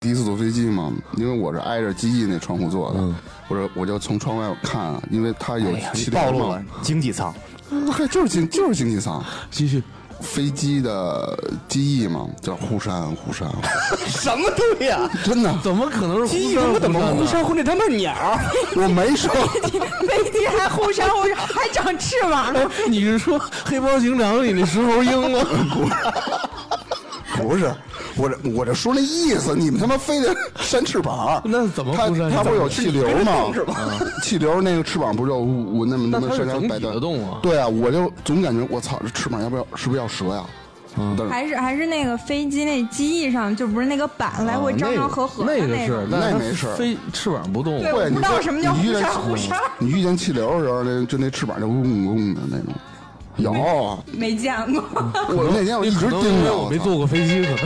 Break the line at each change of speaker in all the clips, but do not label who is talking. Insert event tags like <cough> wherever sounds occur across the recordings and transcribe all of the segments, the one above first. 第一次坐飞机嘛，因为我是挨着机翼那窗户坐的，
嗯
我说我就从窗外看，因为它有
哎呀，你
气
暴
帘
露
嘛
了，经济舱，
<laughs> 嗨就是经就是经济舱，
继续，
飞机的机翼嘛，叫忽闪忽
<laughs>
闪，
什么啊对 <laughs> 呀？
真的，
怎么可能是
机翼怎么忽
呢？
闪忽那他妈鸟？
我没说，
飞机还忽闪忽闪，还长翅膀，
你是说《黑猫警长》里那石猴鹰吗？
不是，我这我这说那意思，你们他妈非得扇翅膀，
<laughs> 那怎么
它
不扇
它不是有
怎
气流吗？气流那个翅膀不是有我那么
那
那
它
么
是
扇张
整
摆
体
动
的动啊
对啊，我就总感觉我操，这翅膀要不要是不是要折呀？嗯，但是
还是还是那个飞机那机翼上，就不是那个板来回张张合合的
哦那个
那
是
种，。
但是
那
它
没事儿
飞翅膀不动。
对，
对
我不知道
你
什么叫
你
忽
遇见
闪忽闪，
你遇见气流的时候，那就那翅膀就嗡嗡的那种。
<laughs>
有，
没见过。
嗯
我那天我一直
可能因
盯
为
着，
我没
操
坐过飞机，可能。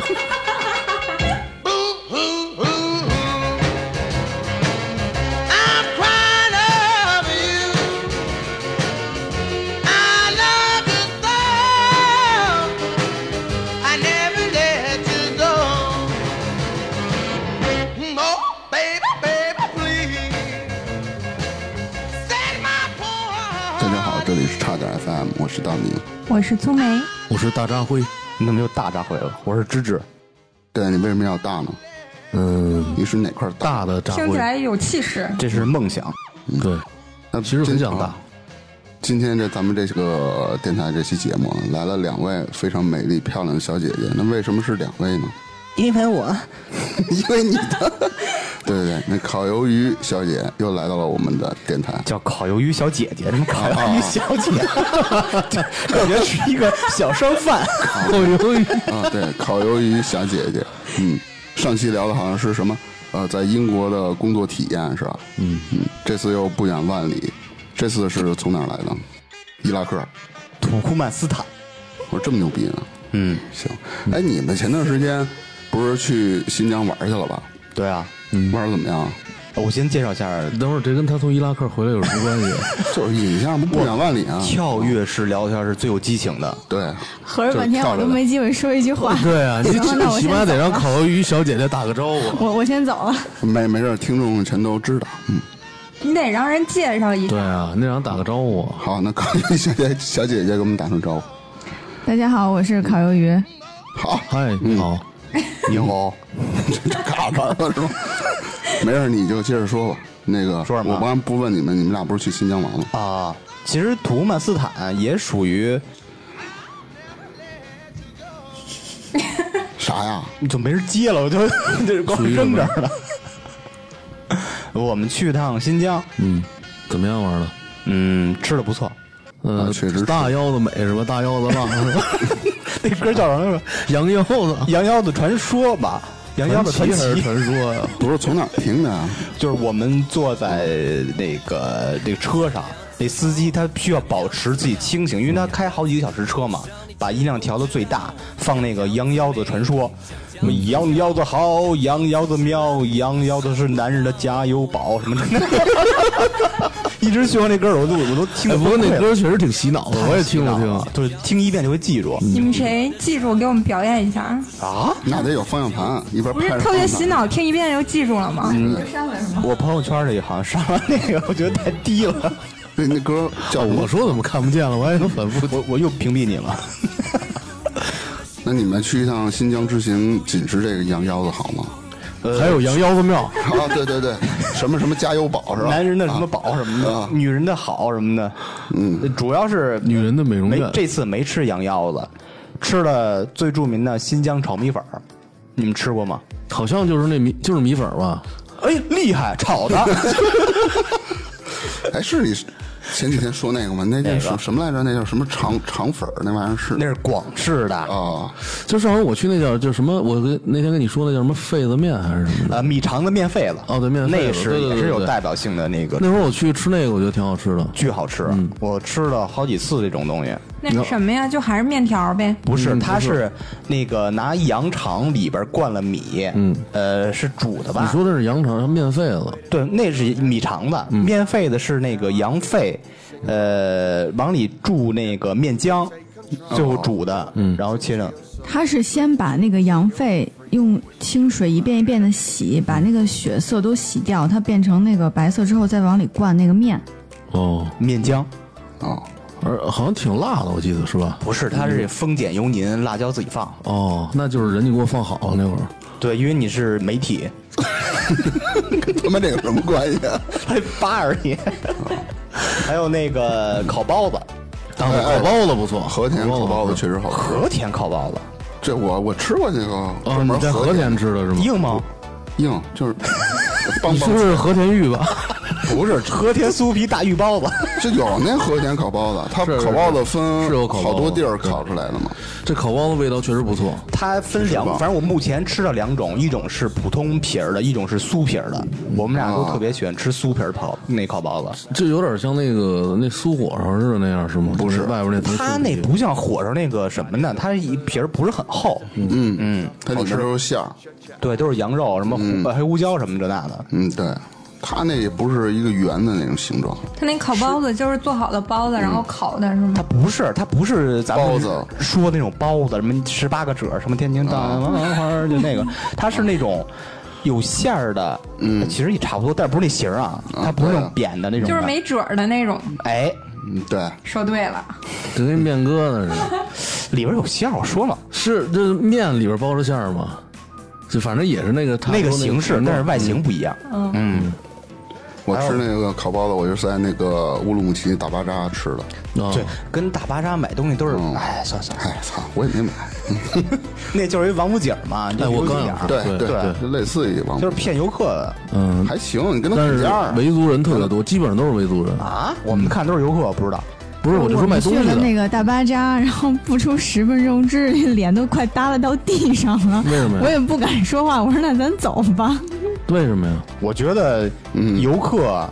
I'm crying over you. I love you so. I never let you go. Oh, baby, baby, please. Set my poor
大家好，
heart
这里是差点 FM，我是大明。
<laughs> 我是粗梅，
我是大张辉，
你怎么又大张回了？我是芝芝，
对你为什么要大呢？
嗯，
你是哪块大？
大的张
听起
辉，
来有气势。
这是梦想。
对，
那
其实很
今
想大。
今天这咱们这个电台这期节目啊来了两位非常美丽漂亮的小姐姐，那为什么是两位呢？
因为我
<laughs> 因为你的， <laughs> 对对对，那烤鱿鱼小姐又来到了我们的电台，
叫烤鱿鱼小姐 <laughs> 姐，什么烤鱿鱼小姐， <laughs> 感觉是一个小商贩。
烤鱿鱼，
啊，对，烤鱿鱼小姐姐，嗯，上期聊的好像是什么，呃，在英国的工作体验是吧？嗯嗯，这次又不远万里，这次是从哪儿来的？伊拉克，
土库曼斯坦，
我说这么牛逼呢？
嗯，
行，哎，你们前段时间不是去新疆玩去了吧？
对啊，嗯
玩的怎么样？
我先介绍一下
等会儿这跟他从伊拉克回来有 <laughs> 什么关系？
就是影像不不远万里啊，
跳跃式聊天是最有激情的。
对，
合着半天我都没机会说一句话。
<laughs>
对啊，你
行了那我
起码
先走
得让
了
烤鱿鱼小姐姐打个招呼。
我我先走了。
没没事儿，听众全都知道。嗯，
你得让人介绍一下
对。啊，那让打个招呼。
好，那高一小姐小姐姐给我们打声招呼。
大家好，我是烤鱿鱼。
嗯
好，
嗨，你好，
你 <laughs> 好，
卡这儿了 <laughs> 是吗？没事儿，你就接着说吧。那个，
说什么
我刚才不问你们，你们俩不是去新疆玩吗？
啊，其实土库曼斯坦也属 <laughs> 于
啥呀？
就没人接了，我 <laughs> 就这光扔这儿了。 <laughs> 我们去趟新疆，
嗯，怎么样玩的？
嗯，吃的不错。
嗯
啊，确实是
大腰子美是吧？大腰子辣是吧？
<laughs> 那歌叫什么来着？
<laughs> 羊腰子，
羊腰子传说吧，羊腰子
传
传
奇还是
奇。
传说啊呀？
不是从哪儿听的啊？
就是我们坐在那个那个车上，那司机他需要保持自己清醒，因为他开好几个小时车嘛，把音量调到最大，放那个羊腰子传说。什么羊腰子好，羊腰子妙，羊腰子是男人的加油宝什么的，一直循环这歌儿，我都我都听
哎，
得
不过
崩
那
溃了
歌确实挺洗脑的，我也听了听。，
就是听一遍就会记住
你们谁记住给我们表演一下？
啊。
那得有方向盘，一边
不是
拍着
特别
方向盘。
洗脑，听一遍就记住了吗？
嗯
我朋友圈里好像上完那个，我觉得太低了，
那那歌叫
我
啊我，
说怎么看不见了？我还有反复。
我我又屏蔽你了。
那你们去一趟新疆之行，仅持这个羊腰子好吗？
还有羊腰子庙，
啊，对对对，什么什么加油宝是吧？
男人的什么宝什么的，
啊
女人的好什么的，嗯，主要是
<laughs> 女人的美容
没
院。
这次没吃羊腰子，吃了最著名的新疆炒米粉儿，你们吃过吗？
好像就是那米，就是米粉儿吧？
哎，厉害，炒的，
哎，是你前几天说那个吗？那叫
个
什么什么来着？那叫什么肠肠粉儿那玩意儿是
那是广式的啊，
啊？
就上回我去那叫叫什么？我跟那天跟你说那叫什么痱子面还是什么的？
呃，米肠子面肺子，
哦对面肺
那
子
是
对对对
也是有
对
代表性的那个，
那会儿我去吃那个，我觉得挺好吃的。
巨好吃，我吃了好几次这种东西。
那是什么呀？就还是面条呗。
不是，
嗯
它
不是
是那个拿羊肠里边灌了米，嗯，呃，是煮的吧？
你说的是羊肠面肺子，
对，那是米肠子，面肺的是那个羊肺，呃，往里注那哦嗯个面浆，最后煮的，然后切成。
他是先把那个羊肺用清水一遍一遍的洗，把那个血色都洗掉，它变成那个白色之后，再往里灌那个面。
哦，
面浆
啊，
而好像挺辣的，我记得是吧？
不是，它是丰俭由您，辣椒自己放。
哦，那就是人家给我放好那会儿，
对，因为你是媒体，
他妈这有什么关系啊？
<laughs> 还八而已。 <laughs> 还有那个烤包子，
但是烤包子不错，
哎和田烤包
不
子
错
确实好吃，
和田烤包子
这我我吃过这个，
哦，
专
你
门
在和田吃的是吗？
硬吗？
硬就是棒
你是
棒
不，是和田玉吧？
不是
和田酥皮大玉包子，
这有那和田烤包子，它
是是
烤包子分
是有烤包子
好多地儿烤出来的嘛。
这烤包子味道确实不错。
<laughs> 它分两，反正我目前吃到两种，一种是普通皮儿的，一种是酥皮儿的。我们俩都特别喜欢吃酥皮儿烤那烤包子，
这有点像那个那酥火烧似的那样是吗？不是，外边那层酥皮。
它那不像火烧那个什么呢，它一皮儿不是很厚，嗯嗯，
它
哦
里面都是馅儿，
对，都是羊肉，什么胡黑胡椒什么这那的，
嗯，对，它那也不是一个圆的那种形状，
他那烤包子就是做好的包
嗯
子，然后烤的是吗
它？不是，它不是咱们
包子
说那种包子，什么十八个褶，什么天津大麻花儿，就那 <laughs> 个，它是那种有馅儿的，嗯，其实也差不多，但不是那形儿啊，它不是那
对
种
啊
扁的那种的，
就是没褶儿的那种。
哎，
嗯，对，
说对了，
就跟面疙瘩似的。
里边有馅儿，我说了，
是这面里边包着馅儿吗？就反正也是那个差不多
那嗯个形式，但是外形不一样，
我吃那个烤包子，我就是在那个乌鲁木齐大巴扎吃的，
啊
对，跟大巴扎买东西都是，哎，算算，
哎，操，我也没买，
那就是一王府井嘛，就
哎我
有
刚
景
想
儿
说
对
对
啊对
对，
就类似于王
就是骗游客的
嗯，
还行，你跟他
但
比
是
价儿，
维族人特别多，基本上都是维族人。
啊，我们看都是游客，不知道。
不是，我就说卖
们
东
去
西
了
的，
那个大巴扎， <laughs> 然后不出十分钟之内，脸都快耷拉到地上了。
为什么呀
我也不敢说话，我说那咱走吧。
为什么呀？
我觉得游客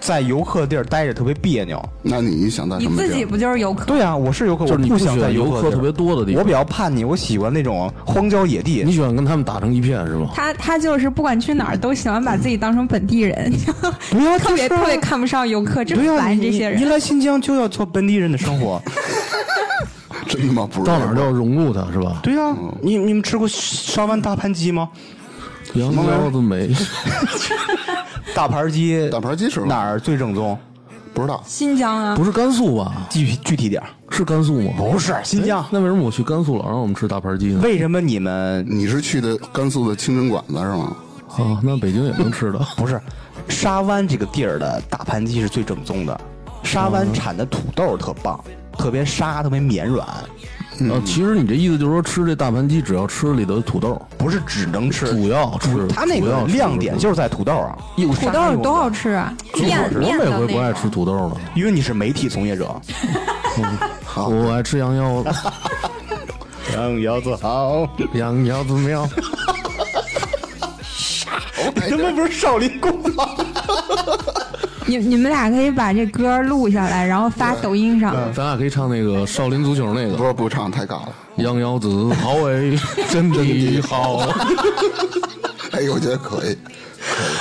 在游客地儿待着特别别扭。
那你想在
你
什么
自
地
己
儿？
不就是游客？
对啊，我是游客，
就是
我
你不
想
喜
在
欢游
客
客特别多的地
我
方
比，较叛逆，我喜欢那种荒郊野地
你。喜欢跟他们打成一片是吧？
他他就是不管去哪儿都喜欢把自己当成本地人， <laughs>
对啊，
特别
就是啊
特别看不上游客，真
对啊，
烦
你
这些
你你
人。
来新疆就要做本地人的生 <laughs> 活。
真他妈不是
到哪儿都要融入他是吧？
对啊，你你们吃过烧完大盘鸡吗？
羊腰子没，
大盘鸡
大盘鸡吃了
哪儿最正宗？
不知道，
新疆啊，
不是甘肃吧？
具体具体点儿
是甘肃吗？
不是新疆
哎那为什么我去甘肃老让我们吃大盘鸡呢？
为什么你们
你是去的甘肃的清真馆子是
<laughs>
吗？
啊，那北京也能吃的
不是，沙湾这个地儿的大盘鸡是最正宗的，沙湾产的土豆特棒，特别沙，特别绵软，嗯
啊。其实你这意思就是说，吃这大盘鸡只要吃里头的土豆，
不是只能吃。
主要吃。
它那
主
个
要吃
亮点就是在土豆啊，有
土豆多好，吃啊，面
我
面
每
的
回不爱
那
吃
种。
土豆了，
因为你是媒体从业者。
我爱吃羊腰子，
<laughs> 羊腰子好，
羊腰子
<laughs>
喵。
哎
他妈不是少林功啊吗？
你你们俩可以把这歌录下来，然后发抖音上。
嗯咱俩可以唱那个少林足球那
不
个
是不唱太尬了，
羊腰子好
<laughs>
哎，真的好。
<laughs> 哎，我觉得可以，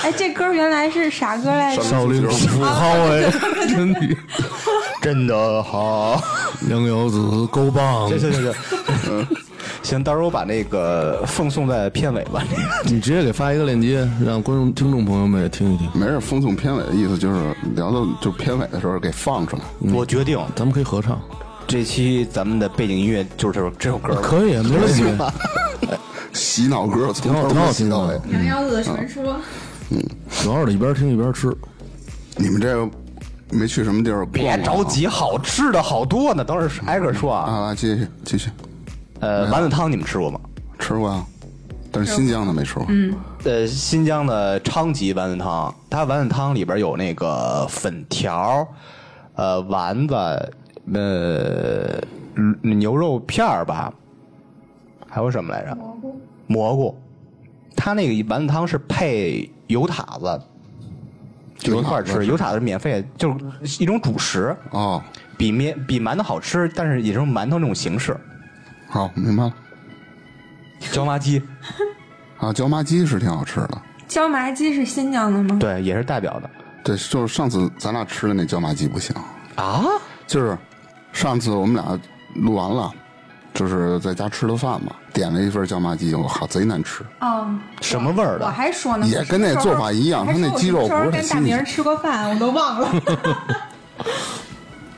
哎，这歌原来是啥歌来着？
少林功夫好哎，
<laughs>
真的
真的好，
羊腰子够棒。
行行行行，行，到时候我把那个奉送在片尾吧。
你直接给发一个链接，让观众、听众朋友们也听一听。
没事。风送片尾的意思就是聊到就片尾的时候给放出来，
我决定
咱们可以合唱，
这期咱们的背景音乐就是这首这首歌吧。
可以，没问题。
洗脑歌从
挺好
头
挺好
洗到
听的啊
尾。
羊腰子的传说，
嗯
主要是一边听一边吃。
你们这个没去什么地儿逛
别
逛啊
着，急，好吃的好多呢。等会儿挨个说啊。
啊，继续继续，
呃，丸子汤你们吃过吗？
吃过啊，但是新疆的没吃过，
呃，新疆的昌吉丸子汤，它丸子汤里边有那个粉条，呃，丸子，呃，牛肉片儿吧，还有什么来着？蘑菇。蘑菇，它那个丸子汤是配油塔子，就一块儿吃。油塔子是免费，就是一种主食，
哦，
比面比馒头好吃，但是也就是馒头那种形式。
好，明白了。
椒麻鸡，
啊，椒麻鸡是挺好吃的，
椒麻鸡是新疆的吗？
对，也是代表的
对，就是上次咱俩吃的那椒麻鸡不行，
啊。
就是上次我们俩录完了，就是在家吃的饭嘛，点了一份椒麻鸡，我靠，贼难吃。
哦，
什么味儿
我
的？
还说呢，
也
我
跟那
什么时候
做法一样
还说
他那鸡肉
我什么时
不
候
是
跟
新
大明儿
鲜
吃过饭，啊我都忘了。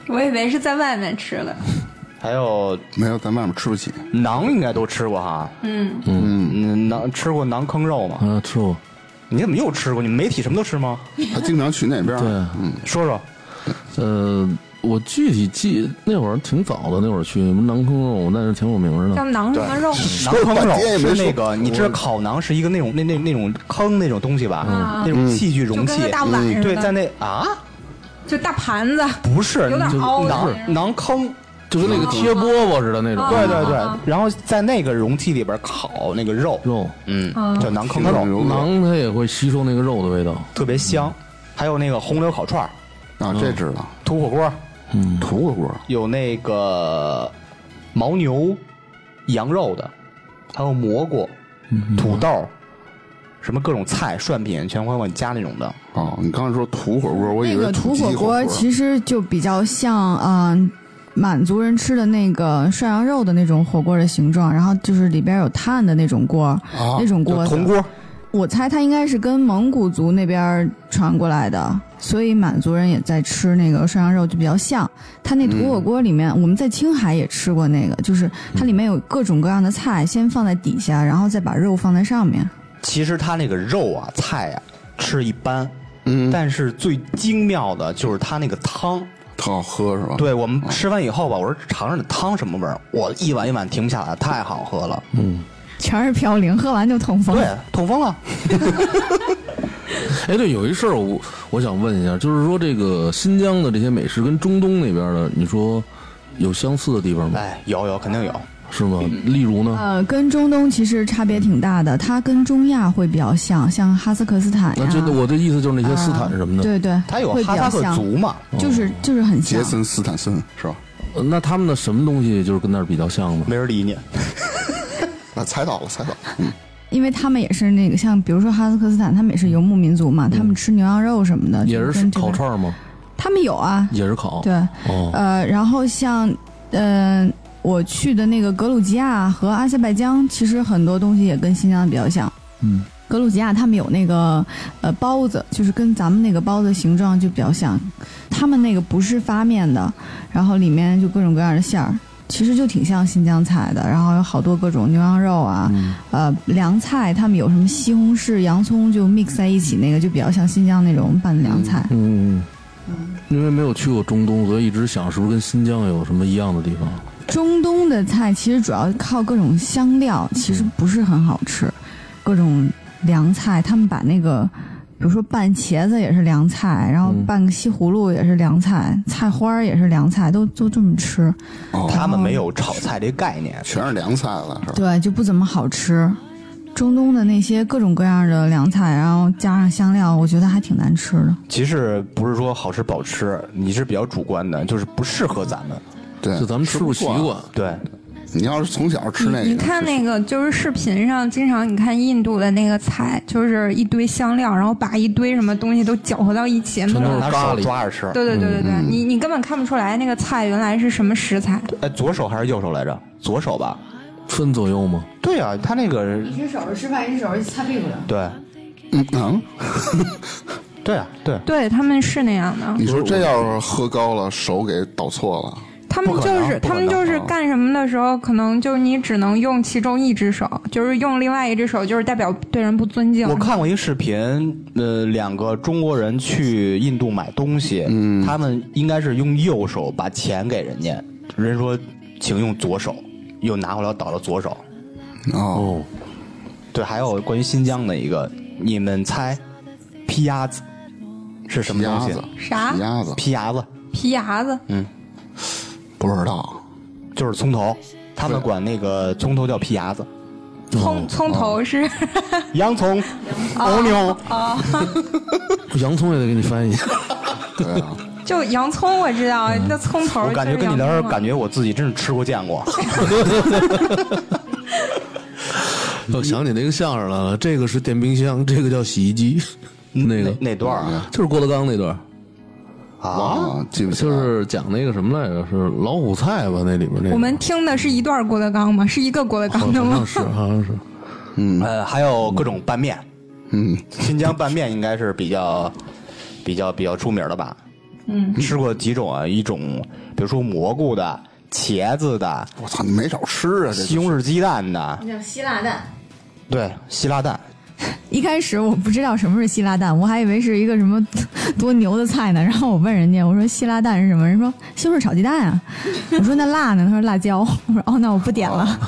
我以为是在外面吃的，
还有
没有，咱外面吃不起。
馕应该都吃过哈，
嗯，
嗯，馕吃过馕坑肉吗？
啊，吃过，
你怎么又吃过？你们媒体什么都吃吗？
他经常去那边儿。
对
嗯，
说说，
呃，我具体记那会儿挺早的，那会儿去南坑肉，那是挺有名的
叫。馕什么肉，
馕坑
半天也
肉
没
是那
说
个，你知道烤馕是一个那种那那那种坑那种东西吧？那种器具容
就
器
跟个，大碗似的，
对，在那啊，
就大盘子，
不是，
有点凹的
馕馕坑。
就跟那个贴饽饽似的那种。
嗯对对对
啊，
然后在那个容器里边烤那个肉，
肉
嗯，叫馕坑
挺
肉，
牛的
馕它也会吸收那个肉的味道。
特别香。还有那个红柳烤串儿、
啊，这知道。
土火锅，
嗯，
土火锅，
有那个牦牛、羊肉的，还有蘑菇、土豆，什么各种菜、涮品全会往你加那种的。
哦，你刚才说土火锅，我以
那
为
个
土
土
鸡
火锅其实就比较像嗯、满族人吃的那个涮羊肉的那种火锅的形状，然后就是里边有炭的那种锅，
啊
那种锅
就
子
铜锅，
我猜它应该是跟蒙古族那边传过来的，所以满族人也在吃那个涮羊肉，就比较像。它那土火
嗯
锅里面，我们在青海也吃过那个，就是它里面有各种各样的菜，先放在底下，然后再把肉放在上面。
其实它那个肉啊、菜啊吃一般，嗯，但是最精妙的就是它那个汤。
特好喝是吧？
对我们吃完以后吧，我说尝尝那汤什么味儿，我一碗一碗停不下来，太好喝了。
全是嘌呤，喝完就痛风。
对，痛风了。
哎，对，有一事儿我我想问一下，就是说这个新疆的这些美食跟中东那边的，你说有相似的地方吗？
哎，有有肯定有。
是吗？例如呢？
<laughs> 呃，跟中东其实差别挺大的，它跟中亚会比较像，像哈萨克斯坦呀啊
那，真的，我的意思就是那些斯坦什么的，
嗯对对，
它有
会比
哈萨
较
克
像，
族嘛？
就是就是
哦
很像
杰。森斯坦森是吧？
呃那他们的什么东西就是跟那儿比较像呢？
没人理你。
啊，猜到了，猜到了。
因为他们也是那个，像比如说哈萨克斯坦，他们也是游牧民族嘛，他们吃牛羊肉什么的，
嗯也
就是嗯跟这
烤
边，
串儿吗？
他们有啊，
也是烤。
对，
哦，
呃，然后像，嗯、我去的那个格鲁吉亚和阿塞拜疆，其实很多东西也跟新疆比较像，
嗯，
格鲁吉亚他们有那个呃包子，就是跟咱们那个包子形状就比较像，他们那个不是发面的，然后里面就各种各样的馅儿。其实就挺像新疆菜的，然后有好多各种牛羊肉啊，
嗯
呃，凉菜，他们有什么西红柿、洋葱就 mix 在一起，那个就比较像新疆那种拌的凉菜。
嗯嗯嗯，因为没有去过中东，所以一直想是不是跟新疆有什么一样的地方？
中东的菜其实主要靠各种香料，其实不是很好吃。各种凉菜，他们把那个，比如说拌茄子也是凉菜，然后拌个西葫芦也是凉菜，菜花儿也是凉菜，都都这么吃。
哦，
他们没有炒菜这概念，
全是凉菜了是吧？
对，就不怎么好吃。中东的那些各种各样的凉菜，然后加上香料，我觉得还挺难吃的。
其实不是说好吃不好吃，你是比较主观的，就是不适合咱们。
对，
就咱哎们吃不啊习惯。
对，
你要是从小吃那个，
你你看那个就是视频上经常你看印度的那个菜，就是一堆香料，然后把一堆什么东西都搅和到一起
全都
弄
是。
拿
咖
手
喱
抓着吃。
对对对对对，
嗯
你你根本看不出来那个菜原来是什么食材。
哎，左手还是右手来着？左手吧。
分左右吗？
对啊，他那个
一只手吃饭，一只手擦屁股的。
对
嗯啊，
对啊对，
对他们是那样的，
你说这要是喝高了，手给倒错了，
他们
不可
就
能啊
是
不可
他们就是
能
干什么的时候，可能就是你只能用其中一只手，就是用另外一只手，就是代表对人不尊敬。
我看过一个视频，呃，两个中国人去印度买东西，他们应该是用右手把钱给人家，人说请用左手，又拿回来倒到左手。
哦，
哦，
对，还有关于新疆的一个，你们猜，皮鸭子是什
什
么东
鸭
西
子？？
啊
啥
鸭子
皮嗯鸭子
皮牙子，
不知道，
就是葱头，他们管那个葱头叫皮鸭子，
葱葱
哦
头是 <laughs>
洋葱、牦牛，
洋葱也得给你翻 <laughs> 译。
对啊，
就洋葱，我知
嗯
道那葱啊头。
我感觉跟你聊天，感觉我自己真是吃过见过。
我哦想起那个相声来了，这个是嗯电冰箱，这个叫洗衣机，那个
哪段儿啊？
就是郭德纲那段儿。
啊，
啊，记不起
就
来了。
是讲那个什么来着，是老虎菜吧？那里边那个
我们听的是一段郭德纲吗？是一个郭德
好
纲的吗
像？是
<laughs>
好像是，
呃，还有各种拌面，
嗯，
新疆拌面应该是比较比较比较出名的吧？嗯，吃过几种啊？一种比如说蘑菇的、茄子的、
我操，你没少吃啊！这
西红柿鸡蛋的，
叫希腊蛋。
对，希腊蛋。
一开始我不知道什么是希腊蛋，我还以为是一个什么多牛的菜呢。然后我问人家，我说希腊蛋是什么？人说西红柿炒鸡蛋啊。 <laughs> 我说那辣呢？他说辣椒。我说哦，那我不点了。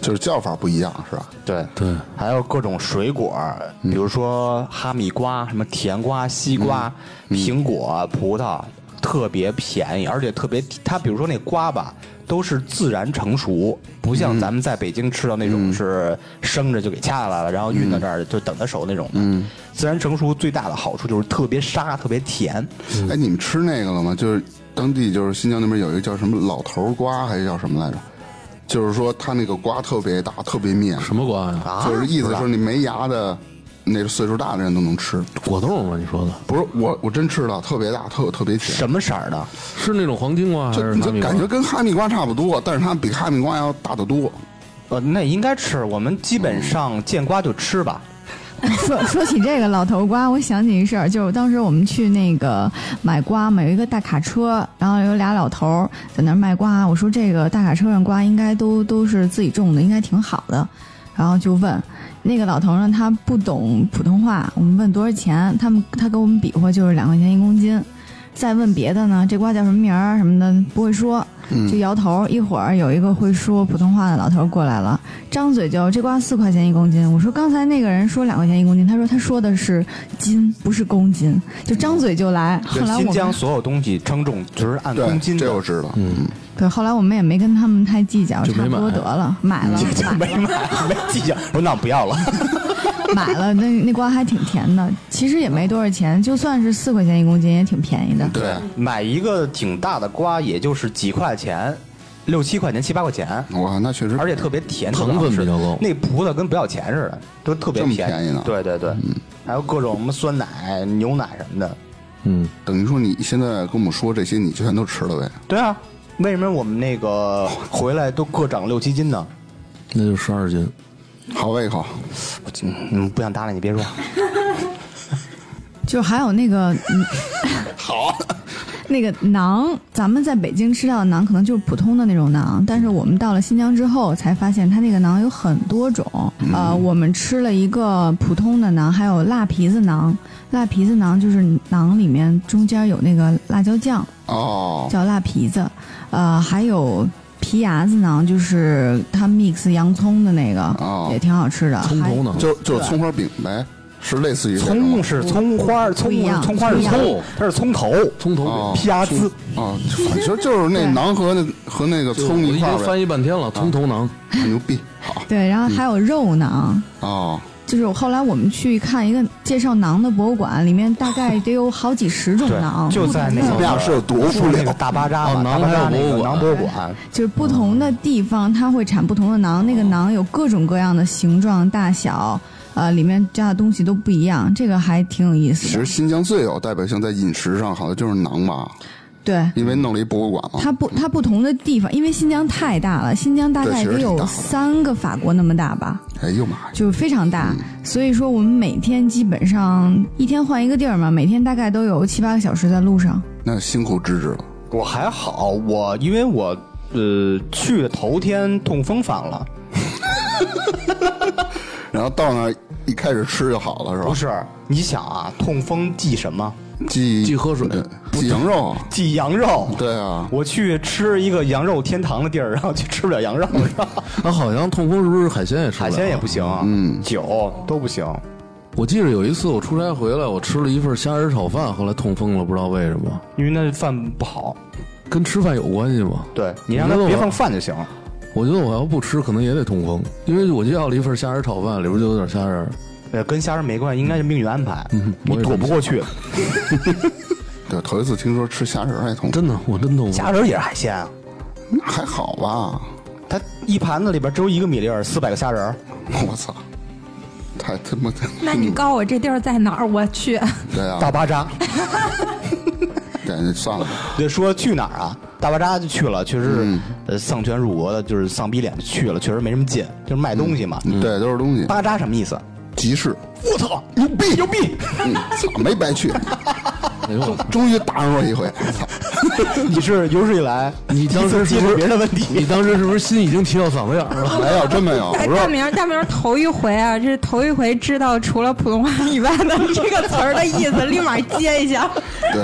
就是叫法不一样，是吧？
对对，还有各种水果，比
嗯
如说哈密瓜、什么甜瓜、西瓜、
嗯
苹果、葡萄，特别便宜，而且特别它，比如说那瓜吧，都是自然成熟，不像咱们在北京吃到那
嗯
种是生着就给掐下来了，然后运到这儿就等它熟那种的。
嗯
自然成熟最大的好处就是特别沙，特别甜。
哎，你们吃那个了吗？就是当地就是新疆那边有一个叫什么老头瓜，还是叫什么来着？就是说它那个瓜特别大，特别面，
什么瓜呀？
就是意思说你没牙的，那个岁数大的人都能吃。
果冻吗？你说的
不是我，我真吃了，特别大，特特别甜，
什么色儿的？
是那种黄金瓜还
就是你
哈
就
密瓜
感？觉跟哈密瓜差不多，但是它比哈密瓜要大得多。
呃，那应该吃，我们基本上见瓜就吃吧。
说说起这个老头瓜，我想起一事儿，就是当时我们去那个买瓜嘛，有一个大卡车，然后有俩老头儿在那儿卖瓜。我说这个大卡车上瓜应该都都是自己种的，应该挺好的。然后就问那个老头儿呢，他不懂普通话，我们问多少钱，他们他给我们比划就是两块钱一公斤。再问别的呢，这瓜叫什么名儿什么的不会说，就摇头。一会儿有一个会说普通话的老头儿过来了，张嘴就这瓜四块钱一公斤。我说刚才那个人说两块钱一公斤，他说他说的是斤，不是公斤，就张嘴就来。嗯后
就
来
新
我
疆
们
所有东西称重就是按
对
公，斤的
这我知道。嗯，
对，后来我们也没跟他们太计较，
就没
差
买
不多得了，买了，买
<laughs> 没买，没计较。我说那不要了。 <laughs>
买了。那那瓜还挺甜的，其实也没多少钱，就算是四块钱一公斤也挺便宜的。
对，
买一个挺大的瓜，也就是几块钱，六七块钱、七八块钱，
哇，那确实，
而且特别甜，
糖分
特别好吃
比较高
那葡萄跟不要钱似的，都特别
这么
便嗯
便宜呢
对对对，还有各种什么酸奶、牛奶什么的。
嗯，
等于说你现在跟我们说这些，你全都吃了呗？
对啊，为什么我们那个回来都各长六七斤呢？
那就十二斤。
好胃口，
嗯，不想搭理你，别说。
就还有那个
好，
那个馕，咱们在北京吃到的馕可能就是普通的那种馕，但是我们到了新疆之后才发现，它那个馕有很多种。呃，我们吃了一个普通的馕，还有辣皮子馕。辣皮子馕就是馕里面中间有那个辣椒酱，
哦，
叫辣皮子。呃，还有皮牙子馕，就是它 mix 洋葱的那个，
啊
哦
也挺好吃的。
葱头
还
呢？
就就是葱花饼呗，是类似于这种吗
葱是葱花，葱
不一样
葱花是
不一样
葱，它是葱头， <laughs>
葱头
哦
皮牙子。
哦，反正就是那馕和那和那个
就
葱
我
一
已
块儿
经
呗，
翻译半天了，葱头馕。
很牛逼，好
对，然后还有肉馕。
哦，
就是后来我们去看一个介绍馕的博物馆，里面大概得有好几十种
对
馕，，
就在那
你们
个
俩是有多无
那个
聊？
大巴扎嘛，
哦
大
囊
巴扎
还
那
有
个
博物
囊
馆
博物馆，
就是不同的地方它会产不同的馕，那个馕有各种各样的形状、大小，呃，里面加的东西都不一样，这个还挺有意
其
思的
实。新疆最有代表性在饮食上，好像就是馕吧，
对，
因为弄了一博物馆嘛。
它不它不同的地方，因为新疆太大了，新疆大
对
概
其实
得
挺大
有
的
三个法国那么大吧。
哎呦妈呀，
就是非常
嗯
大，所以说我们每天基本上一天换一个地儿嘛，每天大概都有七八个小时在路上。
那辛苦芝芝了。
我还好，我因为我呃去的头天痛风犯了，
然后到那儿一开始吃就好了，是吧？
不是？你想啊，痛风忌什么？
忌
忌喝水
对忌羊肉啊，
忌羊肉。
对啊，
我去吃一个羊肉天堂的地儿，然后去吃不了羊肉，是吧？
啊，好像痛风是不是海鲜也吃不了
海鲜也不行，嗯，酒都不行。
我记得有一次我出差回来，我吃了一份虾仁炒饭，后来痛风了，不知道为什么，
因为那饭不好，
跟吃饭有关系吗？
对你让他别放饭就行。
我觉得我要不吃，可能也得痛风，因为我就要了一份虾仁炒饭，里边就有点虾仁儿。
呃，跟虾仁没关系，应该是命运安排，你
我也这
躲
么
嗯不过去。
对，头一次听说吃虾仁儿还痛，
真的，我真痛风。
虾仁也是海鲜啊，
那还好吧？ <laughs>
它一盘子里边只有一个米粒儿，四百个虾仁儿。
我操，太嗯他妈的！
啊 <laughs>
那你告诉我这地儿在哪儿？我去，
对啊，
大巴扎，
感觉算了吧。
对，说去哪儿啊？大巴扎就去了，确实，呃，丧权辱国的，就是丧逼脸去了，确实没什么劲，就是卖东西嘛。
嗯
对，都是东西，
巴扎什么意思？
集市，
我操，牛逼牛逼！ <laughs>
嗯，操，没白去，
哎呦我操！
终于打上我一回，操，
你是有史以来
你当
第一次
时是
接
不
触
是
别人的问题
你？当时是不是心已经提到嗓子眼儿了？
没有，真没有，我
哎， <laughs> 大
说
明儿，大明儿头一回啊，这是头一回知道除了普通话以外的这个词儿的意思，立马接一下。
对，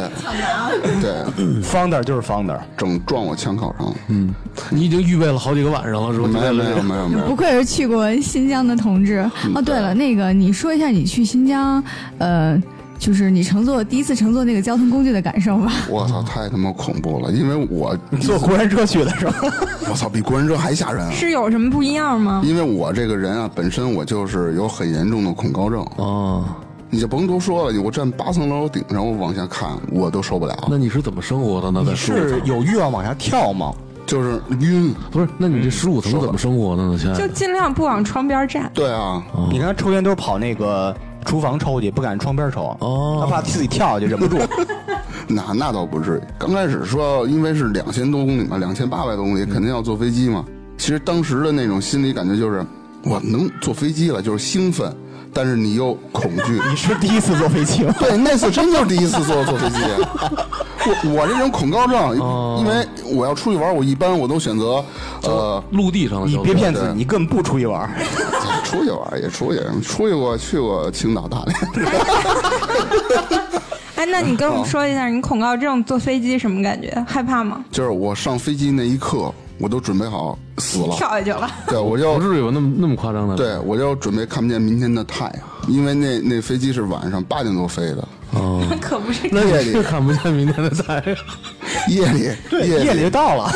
对，
founder 嗯就是 founder，
整撞我枪口上了，
你已经预备了好几个晚上了，是吧？
没有，没有，没有，没
不
有，
愧是去过新疆的同志。
嗯
哦，对了，那个你说一下你去新疆，呃，就是你乘坐第一次乘坐那个交通工具的感受吧。
我操，太他妈恐怖了，因为我
坐过山车去的是吧？
我操，比国人车还吓人啊！
是有什么不一样吗？
因为我这个人啊，本身我就是有很严重的恐高症，
哦，
你就甭多说了，我站八层楼顶上，我往下看，我都受不了，
那你是怎么生活的呢？在十五
是
层
有欲望往下跳吗？
就是晕。
不是？那你这十五层怎么生活的呢？现
就
在
尽量不往窗边站。
对啊，
你看抽烟都是跑那个厨房抽去，不敢窗边抽，
哦
他怕自己跳下去忍不 <laughs> 住。
那那倒不至于。刚开始说，因为是两千多公里嘛，两千八百多公里，肯定要坐飞机嘛。其实当时的那种心理感觉就是，我能坐飞机了，就是兴奋，但是你又恐惧。
你是第一次坐飞机吗？
对，那次真就是第一次坐坐飞机。我我这人恐高症，因为我要出去玩，我一般我都选择呃
陆地上的
你
交通
别骗自己，你根本不出去玩儿。
出去玩也出去，出去过去过青岛、大连，
哎，那
嗯
你跟我们说一下，你恐高症坐飞机什么感觉？害怕吗？
就是我上飞机那一刻，我都准备好死了，
跳下去了。
对我
不 <laughs>
就
至于吧？那么那么夸张
嗯
的？
对我就准备看不见明天的太阳，因为那那飞机是晚上八点多飞
<laughs>
的，
哦，
可不是，
那也是看不见明天的太 <laughs> 阳。
夜里
<laughs>
夜
夜里就到了，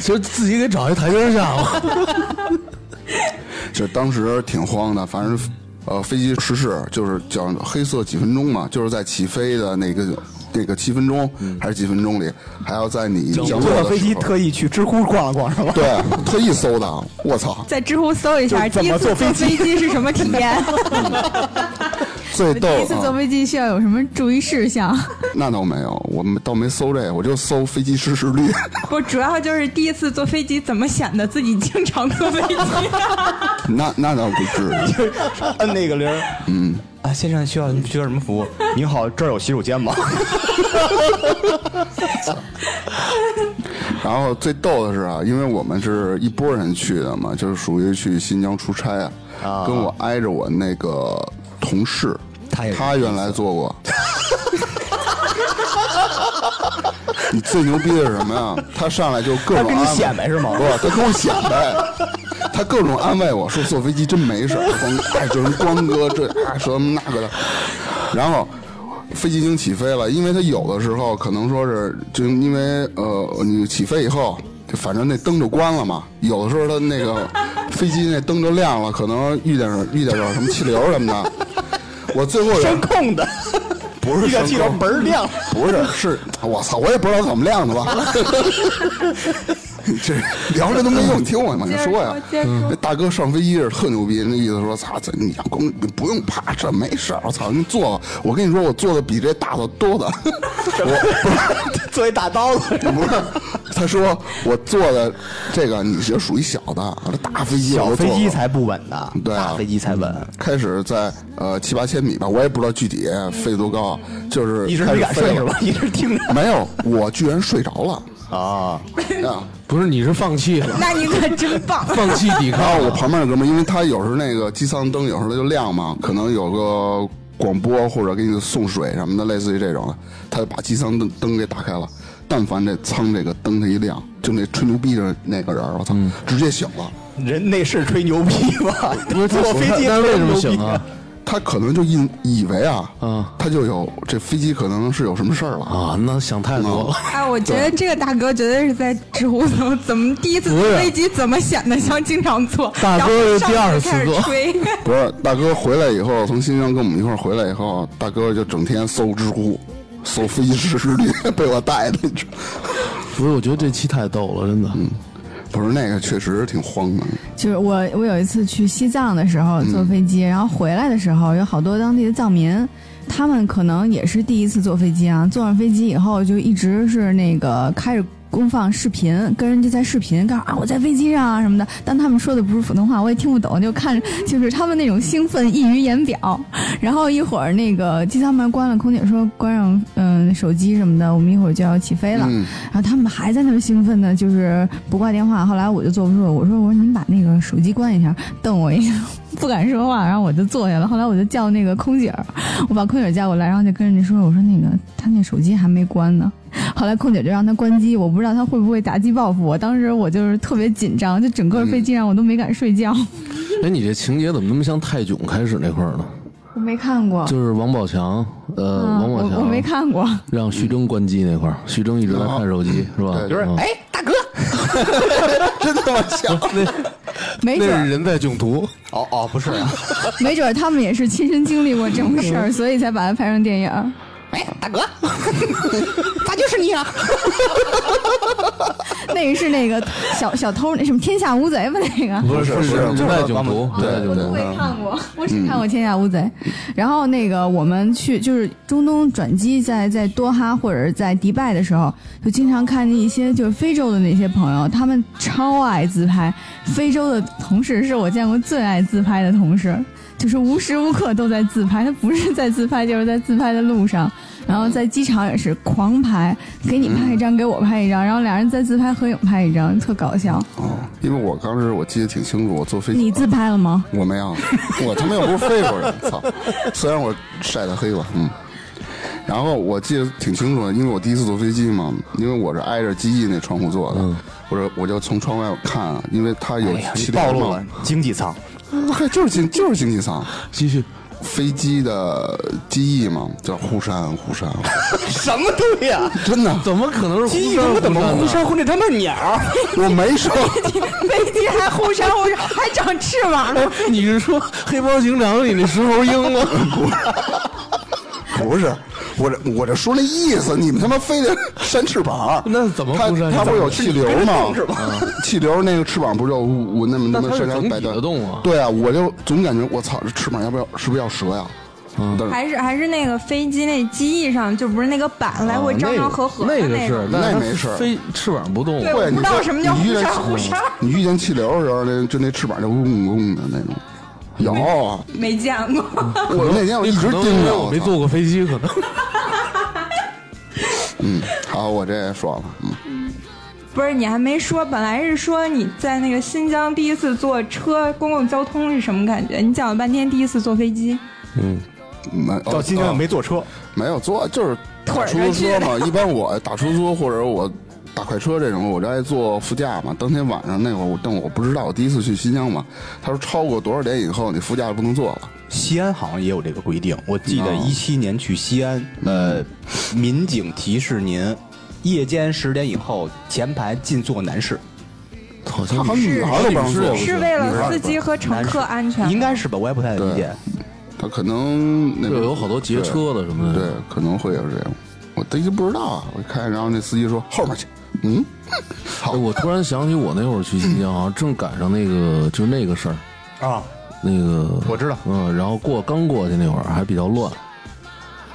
就自己给找一台阶下吧。
就当时挺慌的，反正呃飞机失事就是叫黑色几分钟嘛，就是在起飞的那个那个七分钟还是几分钟里，还要在你降
坐
落的时
到
候
嗯飞机特意去知乎逛了逛是吧？ <laughs>
对特意搜的，我操！
在知乎搜一下，
就怎
第一
么
次
坐
坐
飞
飞
机
机是什么体验？
最
第
逗
一次坐
啊！
飞机需要有什么注意事项？
那倒没有，我们倒没搜这个，我就搜飞机失事率。 <laughs>
<laughs> 不，主要就是第一次坐飞机，怎么显得自己经常坐飞机？
那那倒不至于。
摁那个铃，嗯，啊，先生需要需要什么服务？您好，这儿有洗手间吗？
然后最逗的是啊，因为我们是一波人去的嘛，就是属于去新疆出差啊，跟我挨着我那个同事，
他也是
他原来做过。你最牛逼的是什么呀？他上来就各种
他跟你
安慰
显摆是吗
不，他跟我显摆，他各种安慰我说坐飞机真没事儿，光哎就是光哥这啊什么那个的，然后。飞机已经起飞了，因为它有的时候可能说是，就因为呃，你起飞以后，就反正那灯就关了嘛。有的时候它那个飞机那灯就亮了，可能遇见遇见点什么气流什么的。我最后有
声控的，
啊不是
<laughs> 一个气球
声控
嘣儿亮了。
不是，是我操，我也不知道怎么亮的吧。
<laughs>
这聊这都没用，你听我往下说呀
接着说接着。说
那大哥上飞机是特牛逼，那意思说，操，这你光你不用怕，这没事儿，我操，你坐吧。我跟你说，我坐的比这大的多的。我
作为大刀子，
不是，他说我坐的这个你是属于小的，这大飞机我
小
都坐
飞
过
机才不稳呢，
对啊
大飞机才稳。
开始在呃七八千米吧，我也不知道具体飞得多高，就是
一直没敢睡是吧？一直听
<laughs>
着
没有，我居然睡着了。
啊，
啊！
不是，你是放弃 <laughs> 了，
<laughs> 那你可真棒！
放弃抵
然后
抗
我
了。
旁边的哥们儿，因为他有时候那个机舱灯有时候它就亮嘛，可能有个广播或者给你送水什么的，类似于这种的，他就把机舱灯灯给打开了。但凡这舱这个灯它一亮，就那吹牛逼的那个人儿，我操，直接醒了。
人那是吹牛逼吧？
不是
坐飞机
那
吹
为什么
牛逼
醒啊？？
他可能就以以为啊，
啊
他就有这飞机可能是有什么事儿了。
啊，那想太多了。
<laughs> 哎，我觉得这个大哥绝对是在知乎搜怎么第一次
不是
坐飞机怎么显得像经常坐，
大哥是第二次坐
然后上去就开始 <laughs> 吹。
不是，大哥回来以后，从新疆跟我们一块儿回来以后，大哥就整天搜知乎，搜飞机失事率，被我带的，你知道。
嗯不是，我觉得这期太逗了，真的。
不是那个确实挺慌的，
就是我我有一次去西藏的时候坐飞机，然后回来的时候有好多当地的藏民，他们可能也是第一次坐飞机啊，坐上飞机以后就一直是那个开着。公放视频，跟人家在视频，告诉啊我在飞机上啊什么的，但他们说的不是普通话，我也听不懂，就看着就是他们那种兴奋溢于言表。然后一会儿那个机舱门关了，空姐说关上嗯、手机什么的，我们一会儿就要起飞了。
嗯，
然后他们还在那儿兴奋的，就是不挂电话。后来我就坐不住了，我说我说您把那个手机关一下，瞪我一下，不敢说话。然后我就坐下了。后来我就叫那个空姐儿，我把空姐儿叫过来，然后就跟人家说，我说那个他那手机还没关呢。 <laughs> 后来空姐就让他关机，我不知道他会不会打击报复我。当时我就是特别紧张，就整个飞机上我都没敢睡觉。
哎，你这情节怎么那么像泰囧开始那块儿呢？
我没看过，
就是王宝强，呃，
嗯
王宝
我
强
我没看过。
让徐峥关机那块儿，徐峥一直在看手机，是吧？
就是
啊嗯
哎，大哥，
真他妈像，
没准儿，
人在囧途，
哦哦，不是啊，
<laughs> 没准儿他们也是亲身经历过这种事儿，所以才把它拍成电影儿。
嗯哎，大哥， <laughs> 他就是你啊，
<laughs> 那个是那个小小偷，那什么《天下无贼》吧？那个
不是
不是
人在囧途，
对
人在囧
我都
途
没。看过，我只看过《天下无贼》然后那个我们去就是中东转机在，在多哈或者是在迪拜的时候，就经常看见一些就是非洲的那些朋友，他们超爱自拍。非洲的同事是我见过最爱自拍的同事，就是无时无刻都在自拍，他不是在自拍，就是在自拍的路上。然后在机场也是狂拍，给你拍一张，给我拍一张，然后俩人在自拍合影拍一张，特搞笑。
哦，因为我当时我记得挺清楚，我坐飞机
你自拍了吗？
我没有，我他妈又不是非洲人，操！虽然我晒的黑吧，嗯。然后我记得挺清楚的，因为我第一次坐飞机嘛，因为我是挨着机翼那窗户坐的，
嗯
我说我就从窗外看，因为它有气
哎暴
帘
露
嘛
了，经济舱，
嗨就是经就是经济舱，
继续，
飞机的机翼嘛，叫忽闪忽
<laughs>
闪，
什么东西 <laughs> 啊？
真的，
怎么可能是
鸡他妈怎么忽闪忽那他妈鸟儿？
我没说，
飞机还忽闪忽闪，还长翅膀呢。
<laughs> 你是说《黑猫警长》里那石猴鹰
<laughs>
吗？
不是，我这我这说那意思，你们他妈非得扇翅膀，
那怎么
它
不扇
它不是有
翅
气流吗？气流那个翅膀不是就我那么那
但
么
它是
扇两
整
摆
体的动啊
对啊，我就总感觉我操，这翅膀要不要是不是要折呀？嗯，但是
还是还是那个飞机那机翼上，就不是那个板来回张张合合的
哦那个
那
是
种，
哦那
但是
没
它
事儿
飞翅膀不动。
对
对，
我不
你
知道
说
什么叫
你遇见
忽闪忽闪
你遇见气流的时候，那就那翅膀就嗡嗡的那种。有啊，
没见过。
嗯
我那天我一直
可能因
盯
为
着，
我
我
没
操
坐过飞机，可能。
嗯，好，我这也说了，嗯，
<laughs> 不是你还没说，本来是说你在那个新疆第一次坐车公共交通是什么感觉？你讲了半天第一次坐飞机，
没
到今天没坐车，
没有坐，就是
腿
打
儿
出
上
租
去
车嘛。一般我打出租或者我打快车这种，我就爱坐副驾嘛。当天晚上那会儿，我但我不知道，我第一次去新疆嘛，他说超过多少点以后，你副驾就不能坐了。
西安好像也有这个规定。我记得
哦
一七年去西安，呃，民警提示您，夜间十点以后前排禁坐男士，
好
他 <laughs> 好像女孩都不让坐，
是为了司机和乘客安全吗。
应该是吧？我也不太理解。
他可能那
就有好多劫车的什
嗯
么
对
的。，
可能会有这样。我第一不知道啊，我看，然后那司机说后面去，嗯，好
哎，，我突然想起我那会儿去新疆，好像正赶上那个就是那个事儿，
啊，
那个
我知道
嗯，然后过刚过去那会儿还比较乱，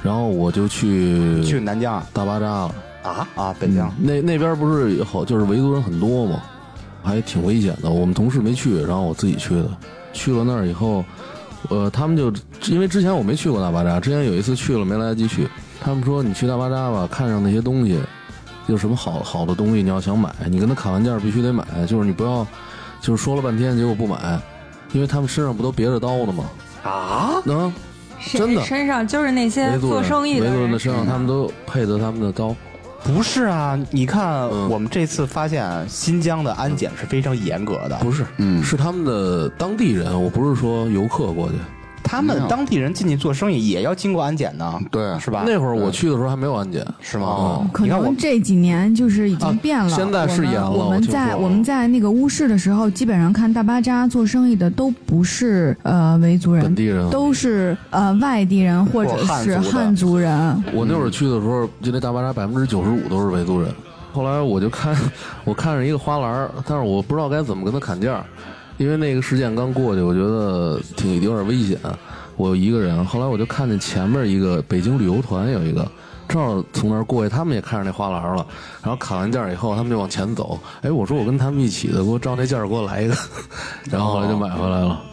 然后我就去
去南疆啊
大巴扎了。
啊啊，北疆。
那那边不是有好就是维族人很多嘛，还挺危险的。我们同事没去，然后我自己去的。去了那儿以后，呃，他们就因为之前我没去过大巴扎，之前有一次去了没来得及去，他们说你去大巴扎吧，看上那些东西，有什么好好的东西你要想买，你跟他砍完价必须得买，就是你不要就是说了半天结果不买，因为他们身上不都别着刀呢吗？啊，能、
谁
真的
身上就是那些
维族
做
人
生
维
意的
族人
人
的身上他们都配着他们的刀。
不是啊，你看
嗯
我们这次发现新疆的安检是非常严格的，
不是，
嗯
是他们的当地人，我不是说游客过去。
他们当地人进去做生意也要经过安检呢，
对啊
是吧？
那会儿我去的时候还没有安检，
嗯
嗯
是吗？哦
可
你看我
能这几年就是已经
啊
变了。
现在是严了
我们我
我
们
听
在
说
我们在那个乌市的时候，基本上看大巴扎做生意的都不是呃维族人，
本地人
都是呃外地人或者
或汉
是
族的
汉族人。
我那会儿去的时候，就那大巴扎百分之九十五都是维族人，后来我就看， <laughs> 我看着一个花篮儿，但是我不知道该怎么跟他砍价，因为那个事件刚过去，我觉得挺有点危险。我一个人，后来我就看见前面一个北京旅游团有一个，正好从那儿过去，他们也看上那花篮儿了，然后砍完价以后，他们就往前走。哎，我说我跟他们一起的，给我照那价儿给我来一个， <laughs> 然后后来就买回来了。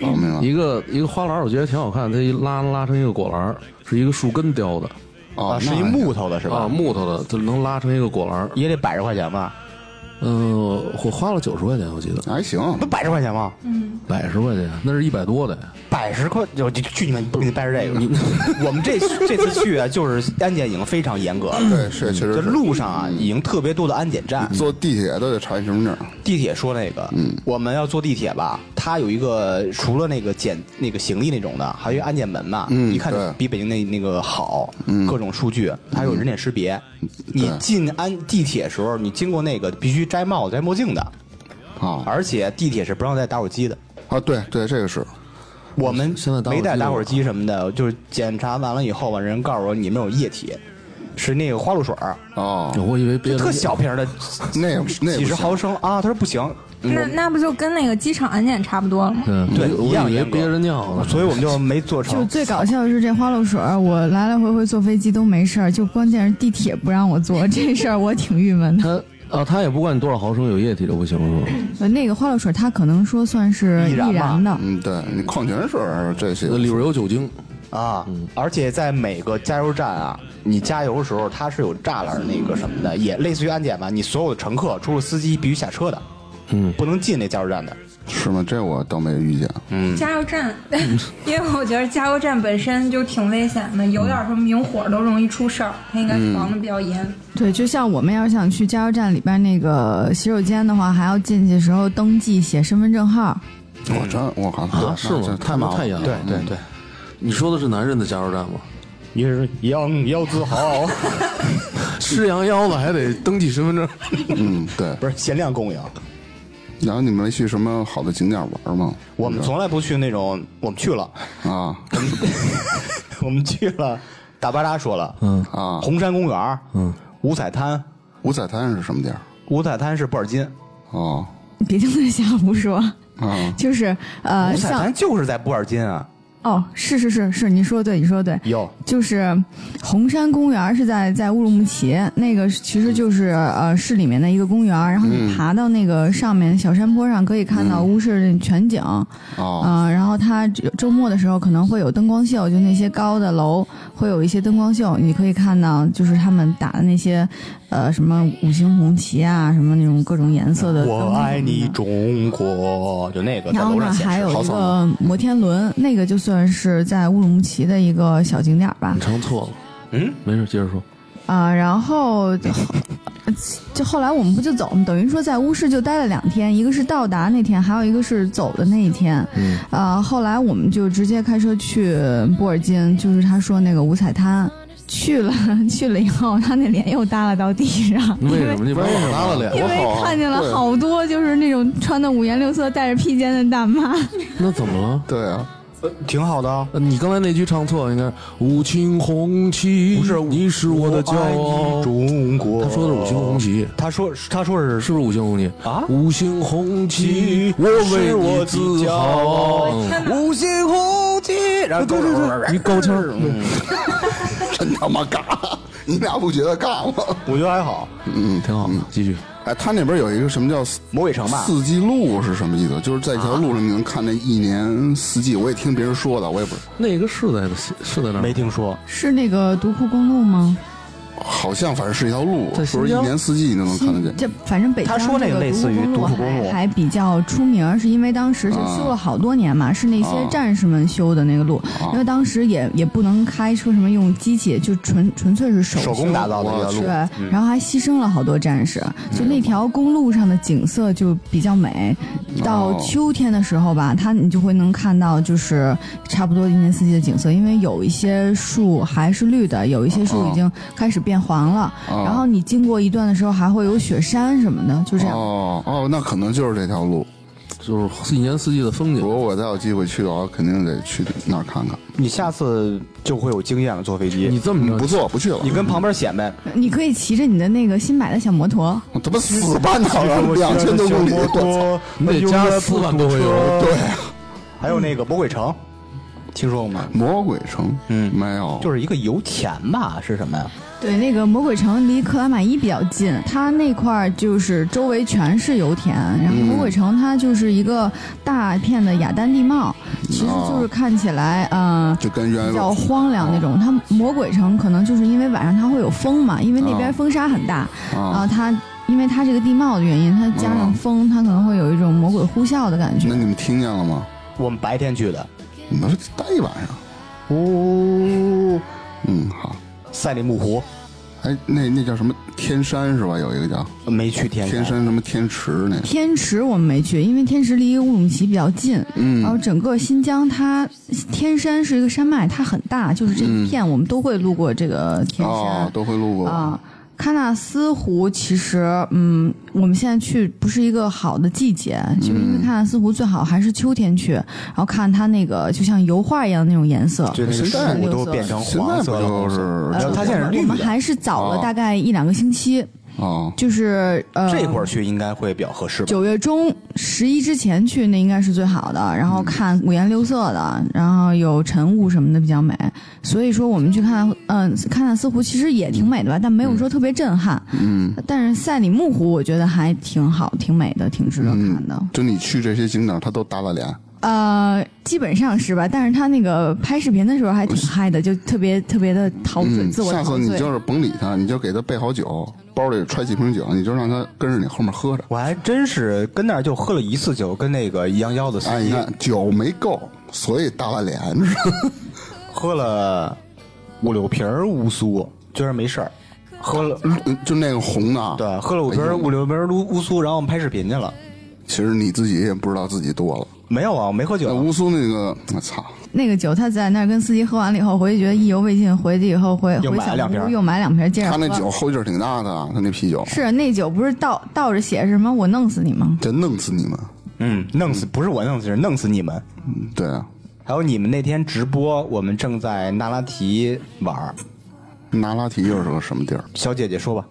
哦，明白了。
一个一个花篮儿，我觉得挺好看，它一拉拉成一个果篮儿，是一个树根雕的，
哦，
啊是
那
一
还
木头的是
啊，
吧？
木头的，就能拉成一个果篮儿。
也得百十块钱吧？
嗯、我花了九十块钱，我记得
还行，
不百十块钱吗？
百十块钱，那是一百多的。
百十块，就就去你们，不给你掰扯这个。
嗯
<laughs> 我们这这次去啊，就是安检已经非常严格了。
对，是确
嗯
实
这
是。嗯
路上啊，已经特别多的安检站，
坐地铁都得查你身份证，
地铁说那个，
嗯
我们要坐地铁吧，它有一个除了那个检那个行李那种的，还有一个安检门嘛，
嗯
一看
对
比北京那那个好，
嗯
各种数据，它有人脸识别。你
对
进安地铁时候，你经过那个必须摘帽子、摘墨镜的，
啊
而且地铁是不让带打火机的。
啊，对对，这个是
我们
现在打火
没
机
带打火机什么的，就是检查完了以后吧，人告诉我你们有液体，是那个花露水儿，
哦，
我以为别
就
的
特小瓶儿的，
那也不那也
几
不
十
行
毫升啊。他说不行，
那那不就跟那个机场安检差不多了吗？
嗯，
对
我
一样
我以为
严格
憋着尿呢。
所以我们就没做
就
成。
最搞笑的是这花露水儿，我来来回回坐飞机都没事儿，就关键是地铁不让我坐，这事儿我挺郁
<laughs>
闷的。
他啊，他也不管你多少毫升有液体就不行是吧？
嗯
呃那个花露水儿它可能说算是
易
易
燃吧
燃的，
嗯，对你矿泉水儿啊这些
那里边有酒精，
啊，而且在每个加油站啊，你加油的时候它是有栅栏那个什么的，也类似于安检吧。你所有的乘客，除了司机，必须下车的，
嗯，
不能进那加油站的。
是吗？这我倒没遇见。
嗯
加油
<laughs>
站，因为我觉得加油站本身就挺危险的，有点什么明火都容易出事儿，它应该防
嗯
的比较严。
对，就像我们要是想去加油站里边那个洗手间的话，还要进去时候登记写身份证号。
我真我靠，
啊是吗
这
太麻烦
太严了。
对对对，
你说的是男人的加油站吗？
也是羊要自豪，
吃羊腰子还得登记身
<laughs>
份证。
嗯对。
<laughs> 不是限量供应。
然后你们没去什么好的景点玩吗？
我们从来不去那种，我们去了，
啊
<laughs> 我们去了，大巴扎说了，
嗯
啊，
红山公园，
嗯，
五彩滩，
五彩滩是什么地儿？
五彩滩是布尔津，
哦
别听他瞎胡说，
啊，
就是呃，
五彩
像
滩就是在布尔津啊。
哦，是是是是，你说的对，你说的对，
哟，
就是红山公园是在在乌鲁木齐，那个其实就是呃市里面的一个公园，然后你爬到那个上面小山坡上，可以看到乌市全景，
哦
嗯、然后它只周末的时候可能会有灯光秀，就那些高的楼会有一些灯光秀，你可以看到就是他们打的那些呃什么五星红旗啊，什么那种各种颜色的灯
我
光
爱
什
你
么的
中国，就那个在
呃然后
楼上
呢，
显
还
示啊
有
好
一
爽
个摩天轮，那个就算是在乌鲁木齐的一个小景点儿吧
你。唱错了，
嗯，
没事，接着说。
啊、然后就后来我们不就走，等于说在乌市就待了两天，一个是到达那天，还有一个是走的那一天。
嗯，
呃，后来我们就直接开车去布尔津，就是他说那个五彩滩。去了去了以后，他那脸又耷拉到地上，因
为
为
什么你把我拉了
因
脸？
为看见
啊对
了好多就是那种穿的五颜六色、戴着披肩的大妈。
那怎么了？
对啊，
挺好的啊。
呃你刚才那句唱错，应该是五星红旗，
不是
你是我的骄
我爱你
傲。
中国。
他说的是五星红，旗，
他说他说是
是不是五星红旗？
啊
五星红旗
旗，
我为
是我
你
的
自
骄
豪嗯
傲。五星红旗，然后对嗯对对，一高 <laughs> 腔，
真他妈尬！ <laughs> 你俩不觉得尬吗？
我觉得还好。
嗯，挺好的，继续。
哎，他那边有一个什么叫
魔鬼城吧，
四季路是什么意思？就是在一条路上你能看那一年四季。我也听别人说的，我也不
那个是在是在那儿吗
没听说。
是那个独库公路吗？
好像，反正是一条路，
在
说
新
是一
疆
年四季你都能看得见。
这反正北
他
疆
说那
这
个类似于
独
独库
库
公路
还还比较出名儿，是因为当时就修了好多年嘛，是那些
啊
战士们修的那个路，因为当时也也不能开车什么用机器，就纯纯粹是手
手工
修
打造的这条
对
路，，嗯
然后还牺牲了好多战士，就那条公路上的景色就比较美。到
哦
秋天的时候吧，它你就会能看到就是差不多一年四季的景色，因为有一些树还是绿的，有一些树
哦
已经开始变黄了。
哦
然后你
哦
经过一段的时候，还会有雪山什么的，就这样。
哦哦，那可能就是这条路。
就是一年四季的风
如
景。
果我再有机会去的话，肯定得去那儿看看。
你下次就会有经验了，坐飞机。
你这么着
不做，不去了。
你跟旁边显摆，
你可以骑着你的那个新买的小摩托，
我他妈死半岛上两千多公里，我操！
多，
你得加四万多回油
对，
还有那个魔鬼城，听说过吗？
魔鬼城，
嗯
没有，
就是一个油钱吧，是什么呀？
对，那个魔鬼城离克拉玛依比较近，它那块儿就是周围全是油田，然后魔鬼城它就是一个大片的雅丹地貌，其实就是看起来呃
就跟原
比
来
较荒凉那种。它魔鬼城可能就是因为晚上它会有风嘛，因为那边风沙很大，然后
啊。
它因为它这个地貌的原因，它加上风，它可能会有一种魔鬼呼啸的感觉
那。你们听见了吗？
我们白天去的，
你们待一晚上。
哦，
嗯，好。
赛里木湖
哎，那那叫什么天山是吧？有一个叫
没去天
天山什么天池那个。
天池我们没去，因为天池离乌鲁木齐比较近，然后
嗯
整个新疆它天山是一个山脉，它很大，就是这一片我们都会路过这个天
哦，
山
都会路过。
啊。喀纳斯湖其实，嗯，我们现在去不是一个好的季节，就是因为喀纳斯湖最好还是秋天去，然后看它那个就像油画一样的那种颜色。呃
就那个
现在
树都变成
现在
黄
不
色了，
就
红色
是
然后它现在是
我
绿
们
的，
还是早了
哦
大概一两个星期，
哦，
就是呃，
这会儿去应该会比较合适吧？
九月中十一之前去，那应该是最好的。然后看五颜六色的，然后有晨雾什么的比较美。所以说我们去看，嗯、看看丝湖其实也挺美的吧，但没有说特别震撼。
嗯
但是赛里木湖我觉得还挺好，挺美的，挺值得看的。
嗯，就你去这些景点，他都打了脸。嗯
呃，基本上是吧？但是他那个拍视频的时候还挺嗨的，就特别特别的陶醉，
嗯，
自我
下
陶
次你
醉。
就是甭理他，你就给他备好酒，包里揣几瓶酒，你就让他跟着你后面喝着。
我还真是跟那儿就喝了一次酒，跟那个羊腰子司
哎，你
机
看酒没够，所以打了脸， <laughs> 是吧？
喝了五六瓶儿乌苏，居然没事儿，喝了。
就那个红的。
对，喝了五瓶
哎
儿
呦
五六瓶儿乌乌苏，然后我们拍视频去了。
其实你自己也不知道自己多了。
没有啊，我没喝
那
酒。
乌苏那个，我操，
那个酒他在那儿跟司机喝完了以后，回去觉得意犹未尽，回去以后回
又
回
买了
小
两瓶
屋
儿
又买两瓶儿，接着
他
哎喝。
那酒后劲儿挺大的，啊他那啤酒，
是那酒不是倒倒着写什么“我弄死你”吗？
这弄死你们！
嗯，弄死不是我弄死，是弄死你们。
嗯对啊，
还有你们那天直播，我们正在那拉提玩儿。
那拉提又是个什么地儿？
小姐姐说吧，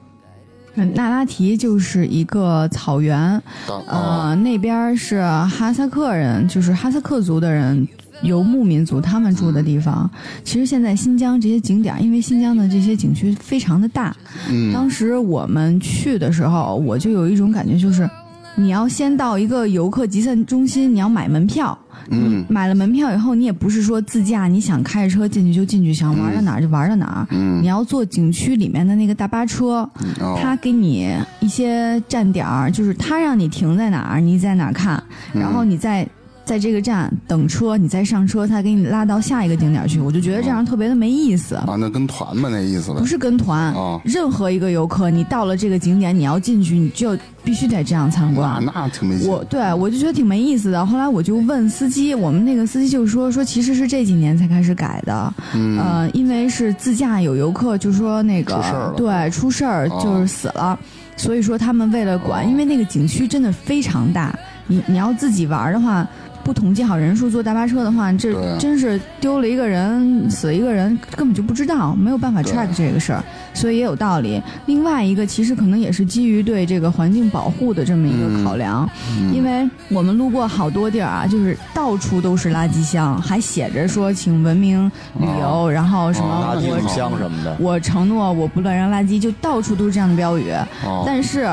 嗯那拉提就是一个草原，
大
呃，
啊，
那边儿是哈萨克人，就是哈萨克族的人。游牧民族他们住的地方，其实现在新疆这些景点儿，因为新疆的这些景区非常的大，
嗯，
当时我们去的时候，我就有一种感觉，就是你要先到一个游客集散中心，你要买门票。
嗯，
买了门票以后，你也不是说自驾，你想开着车进去就进去，想玩到哪儿就玩到哪儿。
嗯
你要坐景区里面的那个大巴车，
哦
它给你一些站点儿，就是它让你停在哪儿，你在哪儿看，
嗯
然后你在。在这个站等车，你再上车，他给你拉到下一个景点儿去，我就觉得这样特别的没意思。
啊，那跟团吧，那意思呗
不。是跟团，
哦
任何一个游客，你到了这个景点，你要进去，你就必须得这样参
那
观。
那挺没劲。
我对我就觉得挺没意思的。后来我就问司机，我们那个司机就说说其实是这几年才开始改的，
嗯
呃，因为是自驾有游客就说那个
出事儿了
对出事儿
哦
就是死了，所以说他们为了管，
哦
因为那个景区真的非常大，你你要自己玩儿的话。不统计好人数坐大巴车的话，这
对啊
真是丢了一个人，死了一个人，根本就不知道，没有办法
对
track 这个事儿，所以也有道理。另外一个，其实可能也是基于对这个环境保护的这么一个
嗯
考量，
嗯
因为我们路过好多地儿啊，就是到处都是垃圾箱，还写着说请文明旅游，
哦
然后什么
哦
拉提
那挺
五
好
我
箱什么的。
我承诺我不乱扔垃圾，就到处都是这样的标语，
哦
但是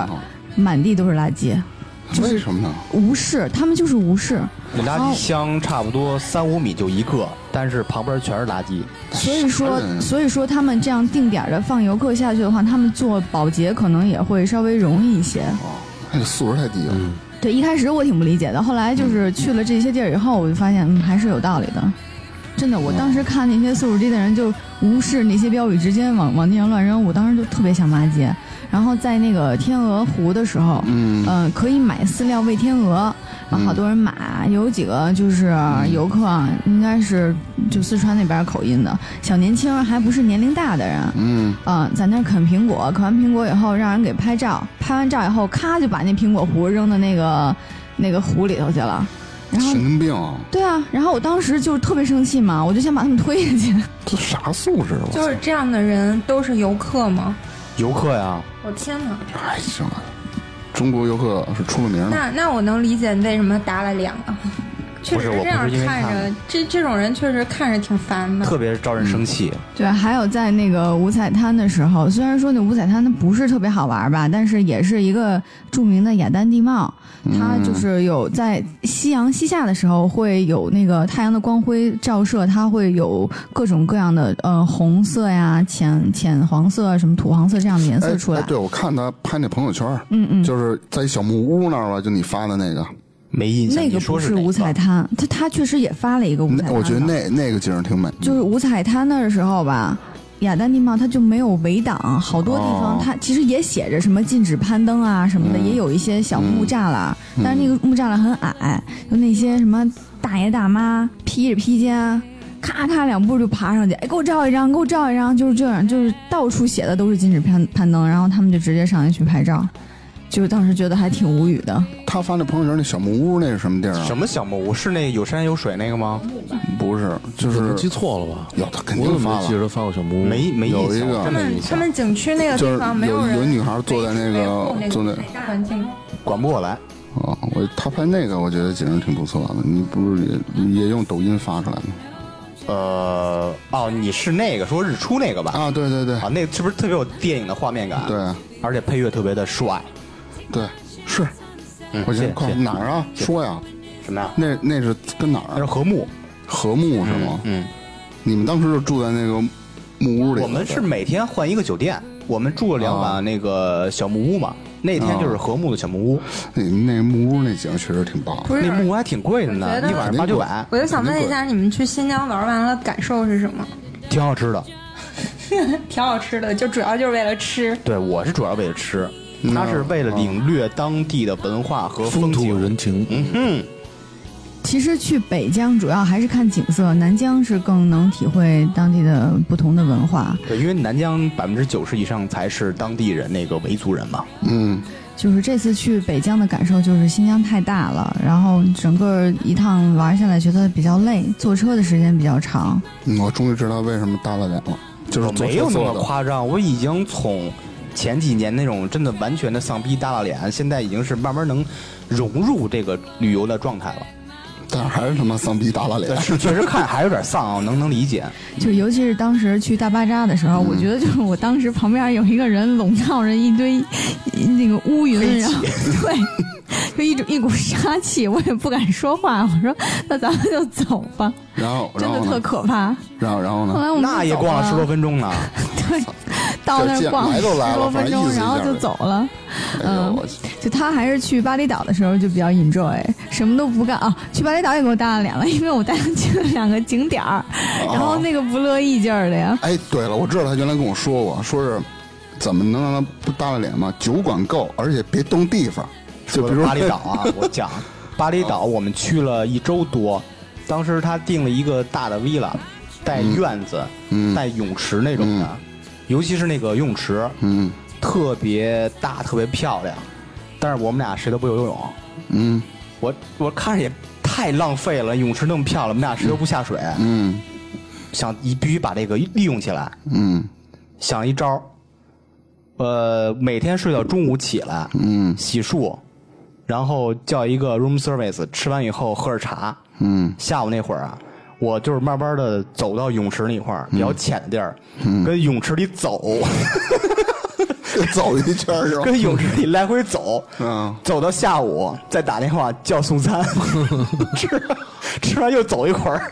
满地都是垃圾，就是
为什么呢？
无视他们就是无视，
那垃圾箱差不多三五米就一个，但是旁边全是垃圾。
所以说
啥人啊
所以说他们这样定点的放游客下去的话，他们做保洁可能也会稍微容易一些。
哦，那个素质太低了。
对，一开始我挺不理解的，后来就是去了这些地儿以后，我就发现，嗯，还是有道理的。真的，我当时看那些速度低的人就无视那些标语，直接往往地上乱扔，我当时就特别想骂街。然后在那个天鹅湖的时候，
嗯
嗯、可以买饲料喂天鹅，然后好多人买，有几个就是游客，啊，应该是就四川那边口音的小年轻，还不是年龄大的人，
嗯，
嗯，在那儿啃苹果，啃完苹果以后让人给拍照，拍完照以后，咔就把那苹果核扔到那个那个湖里头去了。然后
神经病啊，
对啊，然后我当时就是特别生气嘛，我就想把他们推下去。
这啥素质啊？我操
就是这样的人都是游客吗？
游客呀，
我天哪！
嗯
哎行了，中国游客是出了名的，
那那我能理解你为什么打了脸了。确实
不是我
这样
不是因为
看
看
着，这这种人确实看着挺烦的。
特别招人生气。
对，还有在那个五彩滩的时候，虽然说那五彩滩它不是特别好玩吧，但是也是一个著名的雅丹地貌。
嗯
它就是有在夕阳西下的时候，会有那个太阳的光辉照射，它会有各种各样的呃红色呀、浅浅黄色、什么土黄色这样的颜色
哎
出来。
哎对，我看他拍那朋友圈儿，
嗯嗯，
就是在一小木屋那儿吧，就你发的那个，
没印象，
那
你
个
说
不
是哪
五彩滩，它它确实也发了一个五彩
那
滩。
我觉得那那个景儿挺美，
就是五彩滩那儿的时候吧，雅丹地貌它就没有围挡，好多地方
哦
它其实也写着什么禁止攀登啊什么的，
嗯
也有一些小木栅栏，
嗯
但是那个木栅栏很矮，就那些什么大爷大妈披着披肩。啊咔咔两步就爬上去，哎，给我照一张，给我照一张，就是这样，就是到处写的都是禁止攀攀登，然后他们就直接上去去拍照，就当时觉得还挺无语的。
他发那朋友圈那小木屋那是什么地儿啊？
什么小木屋？是那有山有水那个吗？
不是，就
我记
是
错了吧？
哟，他肯
我
定
怎么
发
没记
了。
着他发过小木屋？
没没
有
印
一
象，
个
他
真的没
们
印
他
象，
们景区那个
就是
地方没
有有
人
女孩坐在那
维
个
护那
坐在
环境，
管不过来。
啊，我他拍那个我觉得景儿挺不错的，你不是也也用抖音发出来吗？
呃，哦，你是那个说日出那个吧？
啊，对对对
啊，那个是不是特别有电影的画面感？，
对
而且配乐特别的帅。
对是，
嗯
我
谢
先
谢
快
谢谢
哪儿啊？说呀，
什么呀？
那那是跟哪
那是
儿啊？
和睦，
和睦是吗？
嗯，
你们当时就住在那个木屋里？
我们是每天换一个酒店，我们住了两晚那个小木屋嘛。那天就是和睦的小木屋，
那那木屋那景儿确实挺棒。
不是
那木屋还挺贵的呢
我觉，得
一晚上八九百，
我就想问一下，你们去新疆玩完了感受是什么？
挺好吃的。
<laughs> 挺好吃的，就主要就是为了吃。
对，我是主要为了吃，
嗯
他是为了领略当地的文化和
风土
景。
人情。
嗯，
其实去北疆主要还是看景色，南疆是更能体会当地的不同的文化。
对，因为南疆百分之九十以上才是当地人，那个维族人嘛。
嗯，
就是这次去北疆的感受就是新疆太大了，然后整个一趟玩下来觉得比较累，坐车的时间比较长。
嗯我终于知道为什么耷拉脸了，就是
我
坐
没有
车
那么
坐的。
夸张，我已经从前几年那种真的完全的丧逼耷拉脸，现在已经是慢慢能融入这个旅游的状态了。
但是还是他妈丧逼耷拉脸
但。是确实看还有点丧啊，能能理解。
就尤其是当时去大巴扎的时候，我觉得就是我当时旁边有一个人笼罩着一堆一那个乌
<laughs>
云，然后对，就一种一股杀气，我也不敢说话。我说那咱们就走吧，
然后，
真
然
的
后
特
呢？
可怕。
然后，然后
后
呢？
来我们就
那也
走
逛了十多
了，
分钟呢，
对，到那
见
儿逛
来都来
十多
了，反
分
正意
钟，
思一
然
下
后
呗。
就走了。
哎呦
嗯
我去
就他还是去巴厘岛的时候就比较 enjoy，什么都不干啊。去巴厘岛也给我耷拉脸了，因为我带他去了两个景点儿，然后那个不乐意劲儿的呀。
哎，对了，我知道他原来跟我说过，说是怎么能让他不耷拉脸嘛？酒馆够，而且别动地方。就比如
巴厘岛啊，我讲巴厘岛，我们去了一周多，当时他订了一个大的 villa，带院子、
嗯
带泳池那种的，尤其是那个游泳池
嗯
特别大、特别漂亮，但是我们俩谁都不游泳，
嗯
我我看着也太浪费了，泳池那么漂亮，我们俩谁都不下水，
嗯
想一必须把这个利用起来，
嗯
想一招儿，呃，每天睡到中午起来，
嗯
洗漱，然后叫一个 room service，吃完以后喝点茶。
嗯
下午那会儿啊，我就是慢慢的走到泳池那块儿，比较浅的地儿，跟泳池里走，
嗯，走一圈儿是吧？
跟泳池里来回走，
嗯
走到下午再打电话叫
<laughs>
送餐，吃吃完又走一会儿，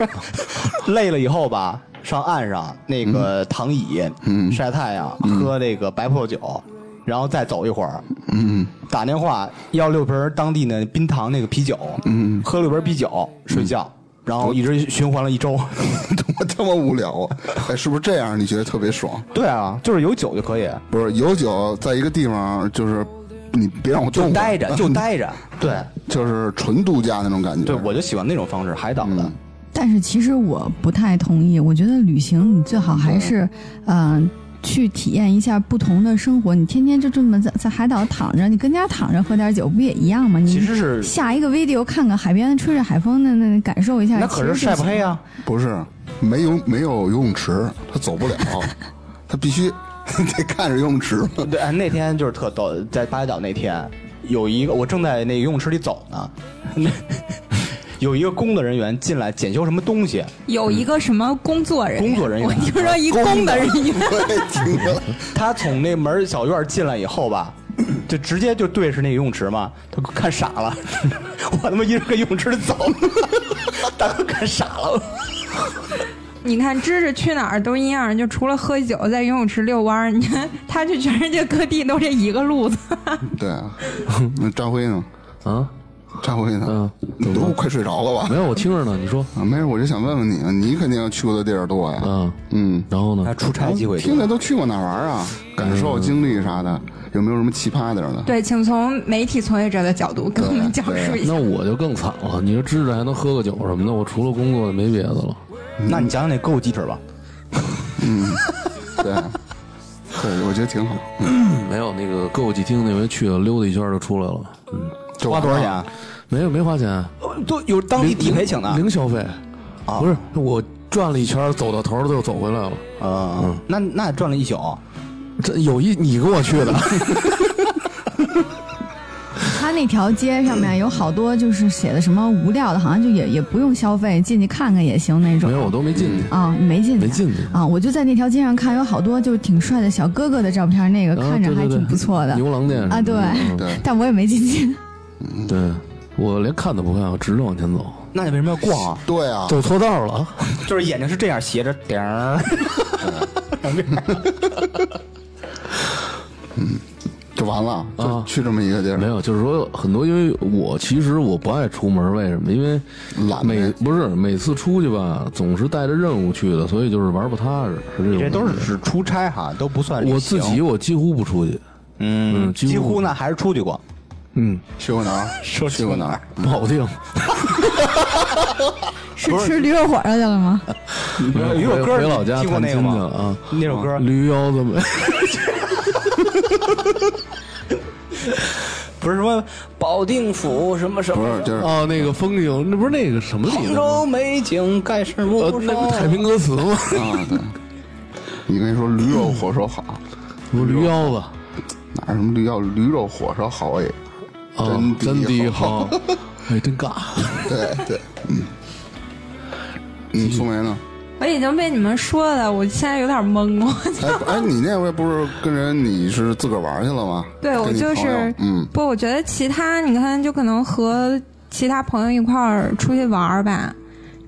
累了以后吧，上岸上那个躺椅、
嗯
晒太阳，喝那个白葡萄酒，然后再走一会儿，
嗯
打电话要六瓶当地的冰糖那个啤酒，
<laughs> 嗯，
喝六瓶啤酒睡觉，然后一直循环了一周。
嗯多他妈无聊啊！哎，是不是这样？你觉得特别爽？
对啊，就是有酒就可以，
不是，有酒在一个地方，就是你别让我动
就
会儿，
待着， <laughs> 就待着。对
<laughs> 就是纯度假那种感觉。
对，我就喜欢那种方式，海岛的。
但是其实我不太同意，我觉得旅行你最好还是，嗯、去体验一下不同的生活。你天天就这么在在海岛躺着，你跟家躺着喝点酒不也一样吗？
其
你
实
嗯
是
下一个 video 看看海边吹着海风的那那感受一下，
那可是
其实就
晒不黑
<laughs>
啊，
不是，没有没有游泳池，他走不了，他必须 <laughs> 得看着游泳池。 <laughs>
对，哎那天就是特逗，在八角岛那天，有一个我正在那个游泳池里走呢， <laughs> 那有一个工作人员进来检修什么东西，
有一个什么工作人员，
工作 <laughs> 人员啊
我听说 <laughs> 一嗯工的人员，
我也听着了，
他从那门小院进来以后吧，就直接就对视那游泳池嘛，他看傻了， <laughs> 我他妈一人跟游泳池里走， <laughs> 大哥看傻了，
你看知识去哪儿都一样，就除了喝酒，在游泳池遛弯儿，你看他去全世界各地都这一个路子。 <laughs>
对啊，那张辉呢？
啊，
张辉呢
嗯？
你都快睡着了吧
没？有，我听着呢。你说，
啊，没事，我就想问问你，你肯定去过的地儿多呀。
嗯，
嗯，
然后呢？
出差机会
哎听着都去过哪儿玩啊？
嗯
感受、经历啥的，有没有什么奇葩点儿的？
对，请从媒体从业者的角度给我们讲述一下
那。我就更惨了。你说知识还能喝个酒什么的，我除了工作没别的了。
那你讲讲那购物机制吧，
对，对，我觉得挺好。
没有那个歌舞伎厅那回去了，溜达一圈就出来了。嗯，
这
花多少钱
啊？
啊？嗯
没有没花钱，
呃都有当地地陪请的
零消费。不是我转了一圈，走到头儿又走回来了。
啊，那那赚了一宿，
这有一你跟我去的， <laughs>
他那条街上面有好多就是写的什么无料的，好像就也也不用消费，进去看看也行那种。
没有我都没进去。
啊、你没进去，
没进去
啊！我就在那条街上看，有好多就是挺帅的小哥哥的照片，那个
啊
看着还
对对
挺
对
不错的
牛郎店
啊。对，
对
但我也没进去。
嗯对，嗯我连看都不看，我直着往前走，
那你为什么要逛啊？
对啊，
<laughs> 走错道了。
就是眼睛是这样斜着，点儿。 <laughs>
就完了，就
啊
去这么一个地儿。
没有，就是说很多，因为我其实我不爱出门，为什么？因为
懒
啊
每
呗
不是每次出去吧，总是带着任务去的，所以就是玩不踏实。是这种
你这都
感
是
觉
只出差哈，都不算旅行
我自己，，我几乎不出去，
嗯，
嗯几乎
几乎呢还是出去过，
嗯，
去过哪儿？
说
去过哪儿？
嗯
不好定。
是吃驴肉火烧去了吗？
有
有首歌
嗯回老家
听过
探
那
亲
个
去了
吗？
啊，
那首歌
驴腰子没？ <laughs>
不是什
嗯
么保定府什么什
不
么
是，就是
哦，那个风景，那不是那个什么里
杭
的吗
州？美景盖世
呃，
无
那
双
<laughs> 不太平歌词吗？
啊，对。你跟你说驴肉火烧好，
我驴腰子，
哪有什么驴要驴肉火烧好也？
啊
真，
真
地
的 <laughs> 好，哎，真尬。
对对，嗯。嗯，苏梅呢？
我已经被你们说的，我现在有点懵了。
哎哎，你那回不是跟人你是自个儿玩去了吗？
对我
跟你
就
朋友
是，
嗯，
不，我觉得其他你看，就可能和其他朋友一块儿出去玩儿吧，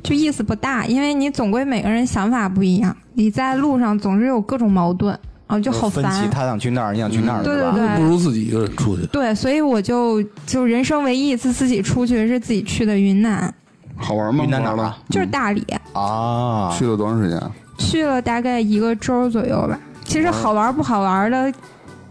就意思不大，因为你总归每个人想法不一样，你在路上总是有各种矛盾，啊，就好
分歧，
烦。
他想去那儿，你想去那儿，
对
是吧？
对
不如自己一个人出去。
对，所以我就就人生唯一一次自己出去是自己去的云南，
好玩吗？
云南哪
玩
儿
了嗯
啊？
就是大理，
啊，
去了多长时间？
去了大概一个周左右吧。其实好玩儿不好玩儿的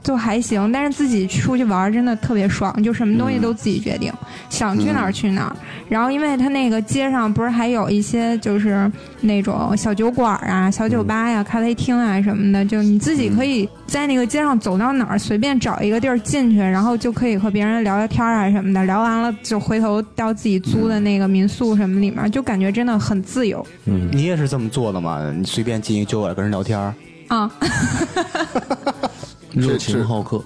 就还行，但是自己出去玩儿真的特别爽，就什么东西都自己决定，想去哪儿去哪儿。然后因为它那个街上不是还有一些就是那种小酒馆儿啊、小酒吧呀、咖啡厅啊什么的，就你自己可以在那个街上走到哪儿随便找一个地儿进去，然后就可以和别人聊聊天儿啊什么的。聊完了就回头到自己租的那个民宿什么里面，就感觉真的很自由
嗯，
你也是这么做的吗？你随便进一酒馆跟人聊天儿，
啊。
热情好客，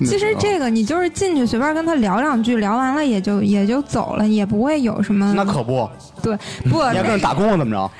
其实
啊
这个你就是进去随便跟他聊两句，聊完了也就也就走了，也不会有什么
那可不，
对不
你要跟人打工了怎么着？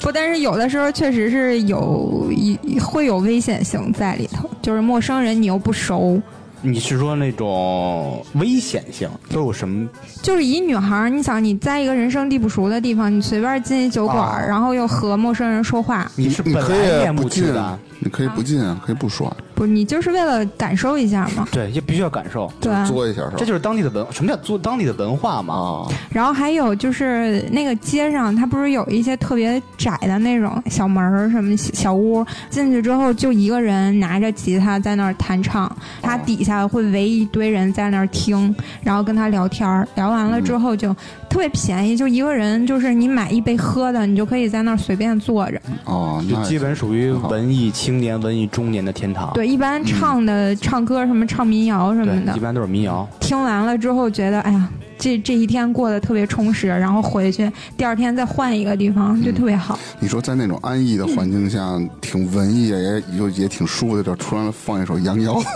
不，但是有的时候确实是有一会有危险性在里头，就是陌生人你又不熟，
你是说那种危险性都有什么？
就是一女孩儿，你想你在一个人生地不熟的地方，你随便进一酒馆儿，
啊
然后又和陌生人说话，
你是本
你可
来
以
面
不
不去
进啊
的，，嗯
你可以不进，可以不说。
不，你就是为了感受一下嘛。
对，也必须要感受，
对啊，
作一下
这
是吧？
就是当地的文，什么叫做当地的文化嘛？
啊，
然后还有就是那个街上，它不是有一些特别窄的那种小门儿，什么小屋，进去之后就一个人拿着吉他在那儿弹唱，他底下会围一堆人在那儿听，然后跟他聊天儿，聊完了之后就特别便宜，就一个人就是你买一杯喝的，你就可以在那儿随便坐着。
嗯
哦，
就
那
基本属于
挺好
文艺青年、文艺中年的天堂。
对，一嗯般唱的、唱歌什么唱民谣什
对
么的
一，般都是民谣。
听完了之后觉得，哎呀，这这一天过得特别充实，然后回去第二天再换一个地方
嗯
就特别好。
你说在那种安逸的环境下，挺文艺也就也挺舒服的，就突然放一首《羊腰》 <laughs>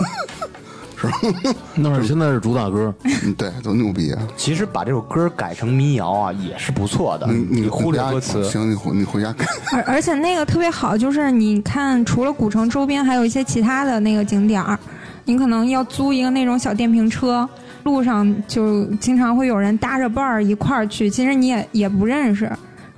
那儿现在是主打 <laughs> 歌，
嗯，对，多牛逼啊！
其实把这首歌改成民谣啊，也是不错的。
你
嗯你忽略
回家
歌词，
行，你回你回家看。
而而且那个特别好，就是你看，除了古城周边，还有一些其他的那个景点儿，你可能要租一个那种小电瓶车，路上就经常会有人搭着伴儿一块儿去，其实你也也不认识。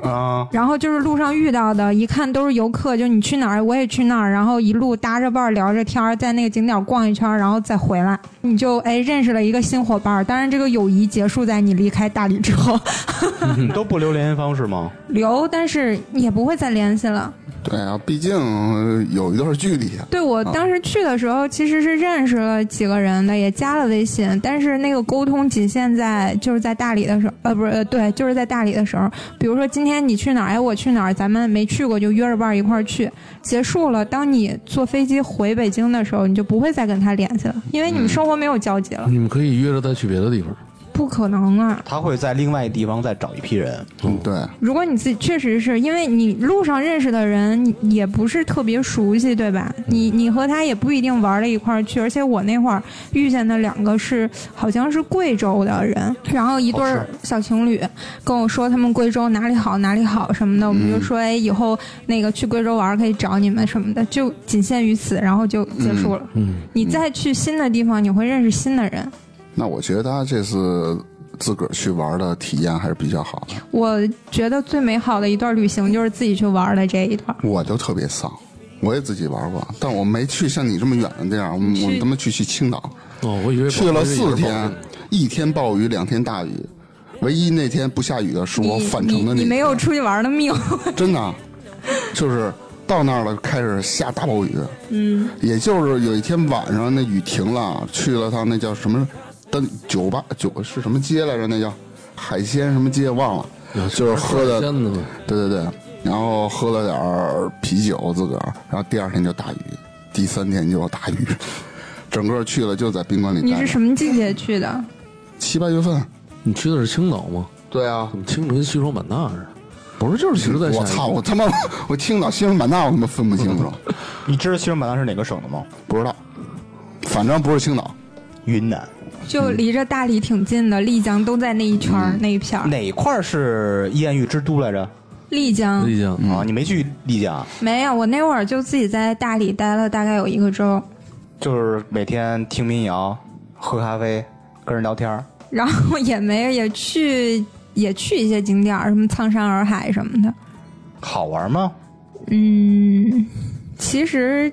啊，
然后就是路上遇到的，一看都是游客，就你去哪儿我也去哪儿，然后一路搭着伴儿聊着天儿，在那个景点儿逛一圈儿，然后再回来，你就哎认识了一个新伙伴儿。当然，这个友谊结束在你离开大理之后，
<laughs>
<laughs>
都不留联系方式吗？
留，但是也不会再联系了。
对啊，毕竟呃有一段距离啊。
对我当时去的时候，其实是认识了几个人的，也加了微信，但是那个沟通仅限在就是在大理的时候，呃，不是，呃对，就是在大理的时候。比如说今天你去哪儿，哎，我去哪儿，咱们没去过就约着伴儿一块儿去。结束了，当你坐飞机回北京的时候，你就不会再跟他联系了，因为你们生活没有交集了，
你们可以约着再去别的地方。
不可能啊！
他会在另外地方再找一批人，
嗯，对，
如果你自己确实是因为你路上认识的人你也不是特别熟悉，对吧？
嗯
你你和他也不一定玩到一块儿去，而且我那会儿遇见的两个是好像是贵州的人，然后一对儿小情侣跟我说他们贵州哪里好哪里好什么的，我们就说
嗯
哎以后那个去贵州玩儿可以找你们什么的，就仅限于此，然后就结束了。
嗯，
你再去新的地方，你会认识新的人。
那我觉得他这次自个儿去玩的体验还是比较好的。
我觉得最美好的一段旅行就是自己去玩儿的这一段。
我就特别丧，我也自己玩过，但我没去像你这么远的地儿，我我他妈去去青岛，
哦，我以为
去了四
我以为也是报
天
名，
一天暴雨，两天大雨，唯一那天不下雨的是
你
我返程的那
你，你没
天
有出去玩的命。
真的，啊就是到那儿了，开始下大暴雨。嗯，也就是有一天晚上，那雨停了，去了趟那叫什么，但酒吧酒是什么街来着？那叫海鲜什么街忘了，就是喝的，
真的吗？
对对对，然后喝了点儿啤酒自个儿，然后第二天就大雨，第三天就大雨， <laughs> 整个去了就在宾馆里
你
待
是
着，
什么季节去的？
七八月份。
你去的是青岛吗？
对啊
怎，么听着跟西双版纳似的？
不是就是
一直在下雨
我操！我他妈，我听到西双版纳我他妈分不清楚，
你知道西双版纳是哪个省的吗？
不知道，反正不是青岛。
云南
就离着大理挺近的，丽江都在那一圈儿、那一片儿。
哪块儿是艳遇之都来着？
丽江
丽江，
啊，你没去丽江，
没有，我那会儿就自己在大理待了大概有一个周，
就是每天听民谣、喝咖啡、跟人聊天儿。
然后 <laughs> 也没有也去也去一些景点儿，什么苍山洱海什么的。
好玩吗？
嗯，其实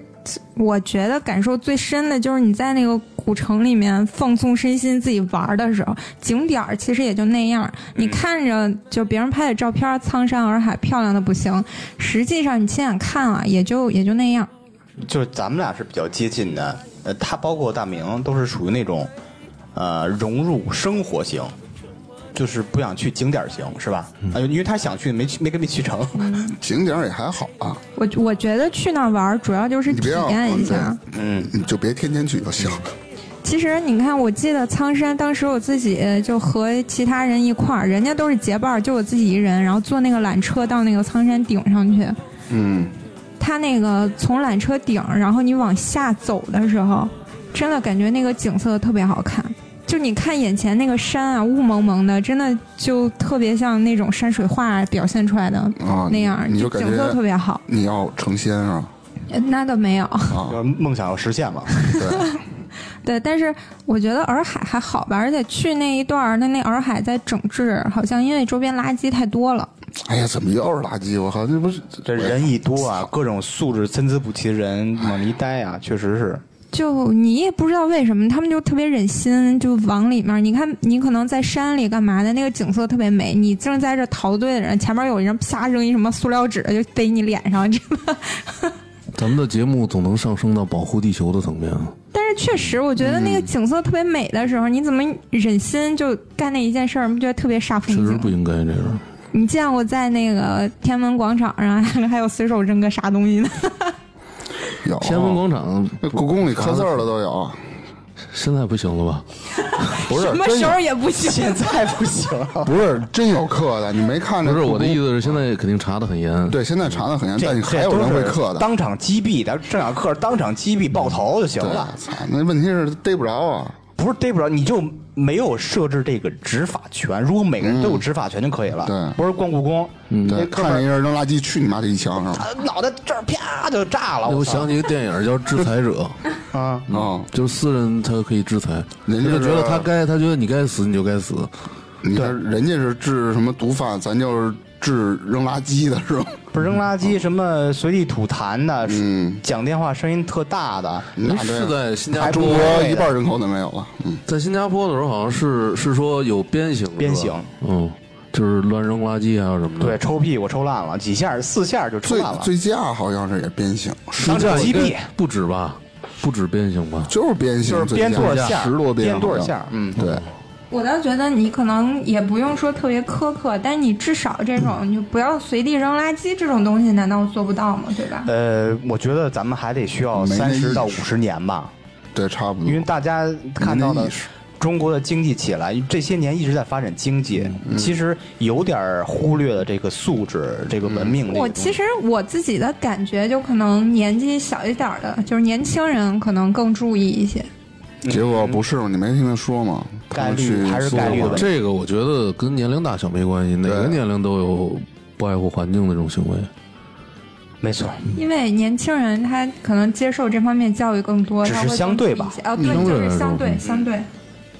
我觉得感受最深的就是你在那个古城里面放松身心、自己玩的时候，景点儿其实也就那样。你看着就别人拍的照片，苍山洱海漂亮的不行，实际上你亲眼看了也就也就那样。
就是咱们俩是比较接近的，呃，他包括大明都是属于那种，呃，融入生活型，就是不想去景点儿型，是吧？
嗯
啊、因为他想去，没去，没跟没去成。
景点儿也还好啊，
我我觉得去那儿玩儿主要就是
你
体
别让
验一下。
嗯，
你就别天天去就行。
其实你看，我记得苍山当时我自己呃就和其他人一块儿，人家都是结伴儿，就我自己一人，然后坐那个缆车到那个苍山顶上去。
嗯，
它那个从缆车顶，然后你往下走的时候，真的感觉那个景色特别好看。就你看眼前那个山啊，雾蒙蒙的，真的就特别像那种山水画表现出来的、
啊
那样，
你就感
景色
觉
特别好。
你要成仙啊
呃那倒没有，
啊
就！是梦想要实现
<laughs>
嘛。
对，
对，但是我觉得洱海还好吧，而且去那一段儿，那那洱海在整治，好像因为周边垃圾太多了，
哎呀，怎么又是垃圾？我靠，这不是
这人一多啊，各种素质参差不齐的人往里一待啊，确
<laughs>
实是。
就你也不知道为什么，他们就特别忍心，就往里面。你看，你可能在山里干嘛的，那个景色特别美。你正在这陶醉的人，前面有人啪扔一什么塑料纸，就逮你脸上，真的。
咱们的节目总能上升到保护地球的层面啊。
<laughs> 但是确实，我觉得
嗯
那个景色特别美的时候，你怎么忍心就干那一件事儿？你不觉得特别煞风
确实
景
不
吗？
应该这样。
你见过在那个天安门广场上 <laughs> 还有随手扔个啥东西的？
有
天安门广场
那故宫里刻字儿的都有，
现在不行了吧？
不是
什么
真
时
有
候也不行。
现在不行了，
不是真有刻的，你没看着？
不是我的意
思，
思是，现在肯定查的很严。，
对，现在查的很严，但
这
你还有人会刻
这都是
的。
当场击毙的，正常刻当场击毙爆头就行
对，
了，
操，那问题是逮不着啊。
不是逮不着你就没有设置这个执法权。如果每个人都有执法权就可以了，
嗯对嗯
不是光故宫，
对
那，嗯哥
看
们
见一
儿
人扔垃圾，去你妈这一枪是吧？
啊脑袋这儿啪就炸了，
哎我
我操
想起一个电影叫《制裁者》，
啊，
哦，
就是私人他可以制裁，
人家
他
是
觉得他该，他觉得你该死你就该死。
你看人家是治什么毒贩，咱就是治扔垃圾的是吧？
不是扔垃圾什么随地吐痰的，
嗯
讲电话声音特大的，啊
那
是
这
在新加
还
中
坡，
国
不
一半人口都没有了，嗯，
在新加坡的时候好像是是说有鞭刑，是吧
鞭刑，
嗯，就是乱扔垃圾还有什么的。
对，，抽屁股抽烂了几下，四下就抽
醉
烂了。
醉驾好像是也鞭刑，是
当场击毙，
不止吧？不止鞭刑吧？
就是鞭刑，
就是鞭多少
醉驾
下，
十多鞭，
鞭多少
好像
下，嗯，
对，
我倒觉得你可能也不用说特别苛刻，但你至少这种你就不要随地扔垃圾这种东西，难道做不到吗？对吧？
呃，我觉得咱们还得需要
没那
三十到
意
五
识
十年吧，
对，差不多
因。为大家看到
没那
的
意识
中国的经济起来，这些年一直在发展经济，
嗯
其实有点儿忽略了这个素质、这个
嗯
文明呃这个东西。
我其实我自己的感觉，就可能年纪小一点儿的，就是年轻人可能更注意一些。
结果不是吗？你没听他说吗？他
嗯概
们
率
去
还是
苏
概率的
格
问
兰
题。
这个我觉得跟年龄大小没关系，哪个
对
年龄都有不爱护环境的这种行为。
没错，
因为年轻人他可能接受这方面教育更多，
只是
他会
相对吧
更注意一些啊，对，就是相对相对。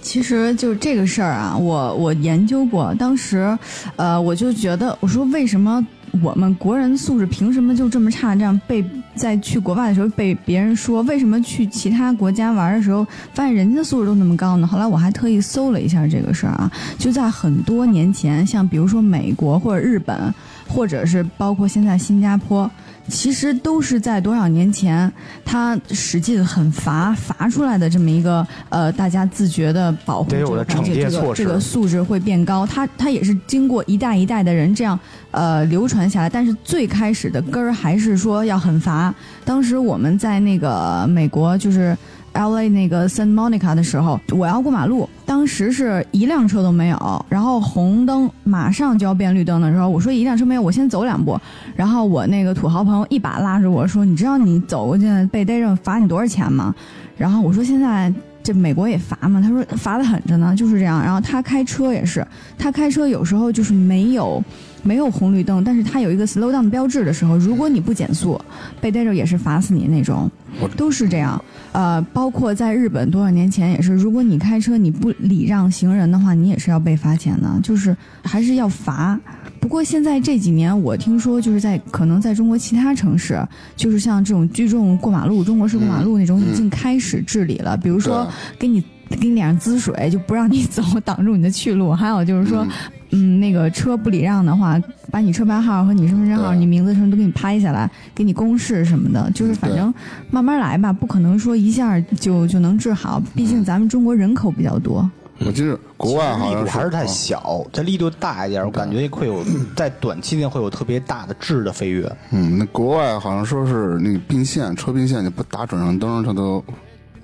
其实就这个事儿啊，我我研究过，当时，呃，我就觉得，我说为什么我们国人素质凭什么就这么差？这样被在去国外的时候被别人说，为什么去其他国家玩的时候，发现人家素质都那么高呢？后来我还特意搜了一下这个事儿啊，就在很多年前，像比如说美国或者日本，或者是包括现在新加坡。其实都是在多少年前，他使劲很罚罚出来的这么一个呃，大家自觉的保护
得
这
有
个
的
环境，
惩戒
这
措
个
施
这个素质会变高。它它也是经过一代一代的人这样呃流传下来，但是最开始的根儿还是说要很罚。当时我们在那个美国就是。L A 那个 San Monica 的时候，我要过马路，当时是一辆车都没有，然后红灯马上就要变绿灯的时候，我说一辆车没有，我先走两步，然后我那个土豪朋友一把拉着我说：“你知道你走过去被逮着罚你多少钱吗？”然后我说：“现在这美国也罚吗？”他说：“罚的很着呢，就是这样。”然后他开车也是，他开车有时候就是没有没有红绿灯，但是他有一个 slow down 的标志的时候，如果你不减速，被逮着也是罚死你那种，都是这样。呃，包括在日本多少年前也是，如果你开车你不礼让行人的话，你也是要被罚钱的，就是还是要罚。不过现在这几年，我听说就是在可能在中国其他城市，就是像这种聚众过马路、中国式过马路那种，已经开始治理了。比如说给你给你脸上滋水，就不让你走，挡住你的去路；还有就是说，嗯那个车不礼让的话，把你车牌号和你身份证号、
对
你名字什么都给你拍下来，给你公示什么的。就是反正慢慢来吧，不可能说一下就就能治好。毕竟咱们中国人口比较多。
我记得国外好像
嗯力
嗯
度还是太
啊
小，它力度大一点，我感觉
<clears throat>
会有在短期内会有特别大的质的飞跃。
嗯，那国外好像说是那个并线，车并线，你不打转向灯，他都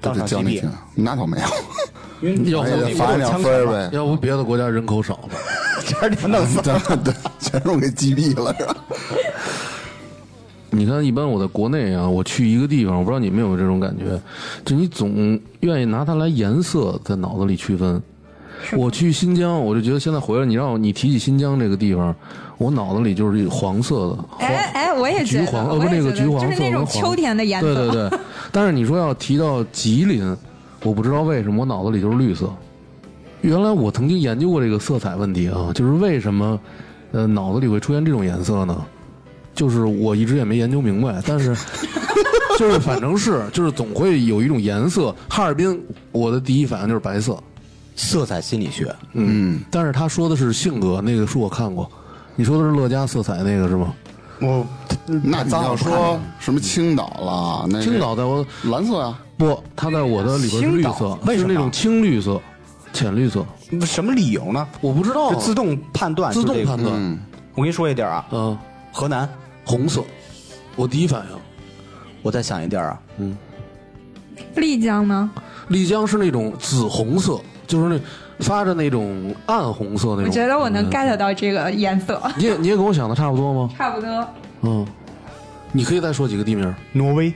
都
当
得
场
交你
击毙
钱。那倒没有，
因为
要不
哎
我
呀
得
罚两分儿，
<laughs>
呗。
要不别的国家人口少了。
差点弄
<laughs>
死。
对对，全让我给击毙
<laughs>
了，是吧？
你看，一般我在国内啊，我去一个地方，我不知道你们有没有这种感觉，就你总愿意拿它来颜色在脑子里区分。我去新疆，我就觉得现在回来，你让我你提起新疆这个地方，我脑子里就是黄色的，黄
哎哎，我也
橘
觉得，
黄，呃
我
不，
也
那个
觉得
橘黄色
就是那种
跟黄
秋天的颜色。
对对
<laughs>
对，但是你说要提到吉林，我不知道为什么我脑子里就是绿色。原来我曾经研究过这个色彩问题啊，就是为什么呃脑子里会出现这种颜色呢？就是我一直也没研究明白，但
<laughs>
是就是反正是就是总会有一种颜色。哈尔滨，我的第一反应就是白色，
色彩心理学，
嗯，但是他说的是性格，那个书我看过。你说的是乐嘉色彩那个是吗？
我
那你要说什么青岛啦，那个
青岛在我
蓝色啊，
不，它在我的里边是绿
青
色
岛，为什
是
么
那种青绿色、浅绿色，
什么理由呢？
我不知
哦
道啊
就自动判断，
自
就
动
这个嗯
判。断。
我跟你说一点啊，
嗯，
河南，
红色，我第一反应。
我再想一点啊，
丽江呢？
丽江是那种紫红色，就是那发着那种暗红色那种。
我觉得我
嗯
能 get 到这个颜色，
你也你也跟我想的差不多吗？
差不多。
嗯，你可以再说几个地名儿， <laughs>
挪威，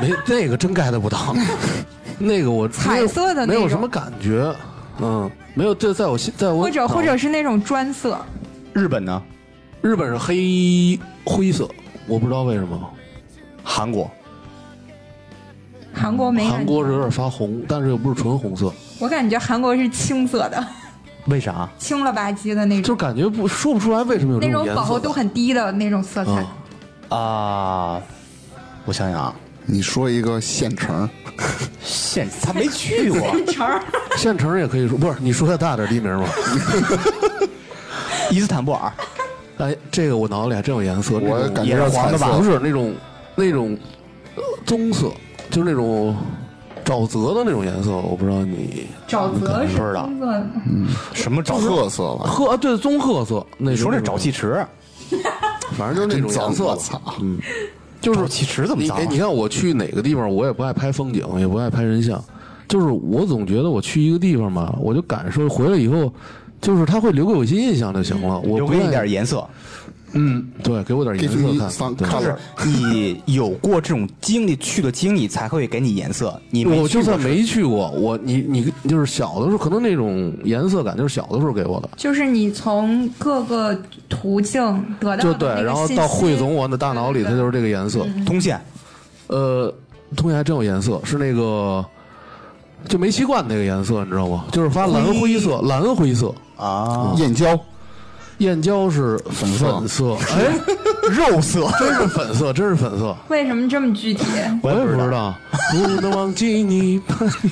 没那个真 get 不到， <laughs> 那个我
彩色的那种
没有什么感觉，嗯，没有，这在我心，在我
或者或者是那种砖色，
日本呢，
日本是黑灰色，我不知道为什么，
韩国，
韩国没感觉
嗯韩国是有点发红，但是又不是纯红色，
我感觉韩国是青色
<laughs>
的，
为啥？
青了吧唧的那
就
种，
感觉不说不出来为什么有这
那
种
种
颜
饱
色
和度很低的那种色彩
啊。。
啊，我想想啊，
你说一个县城，
现他没去过，
嗯
成儿
县城也可以说，不是你说的大点儿地名吧？
<laughs> 伊斯坦布尔，
哎，这个我脑子里还真有颜色，
我
那种
感
也
觉
是
到
黄
彩
的吧
色
不是那种那种、呃棕色，就是那种沼泽的那种颜色，我不知道你
沼泽是
不知道
青色的，
什么沼
褐色了，
褐啊，对，棕褐色，那
你
种
说那沼气，池，
反正就是那
真
种
脏
颜
我
色。
操！
就是
沼气池怎么
你
脏啊
哎你看我去哪个地方，我也不爱拍风景，也不爱拍人像，就是我总觉得我去一个地方嘛，我就感受回来以后，就是它会留给我一些印象就行了。我
留
不
给你
爱
点颜色。
嗯，对，给我点
给
颜
自己
色看
放，
对
看
就是你有过这种经历，去了经历才会给你颜色。你没
我
去
就
过
算没去过，我你你就是小的时候，可能那种颜色感就是小的时候给我的，
就是你从各个途径得到
就
的
对
那，个
然后
信
到
息嗯
汇总我的大脑里，它就是这个颜色。
通县，
呃，通县还真有颜色，是那个就煤气罐那个颜色，你知道吗？就是发蓝灰色，蓝灰色，
啊，
燕郊
燕郊是粉
色
色，哎，
肉色，
<laughs> 真是粉色，真是粉色。
为什么这么具体？
我也不知道，不能忘记你。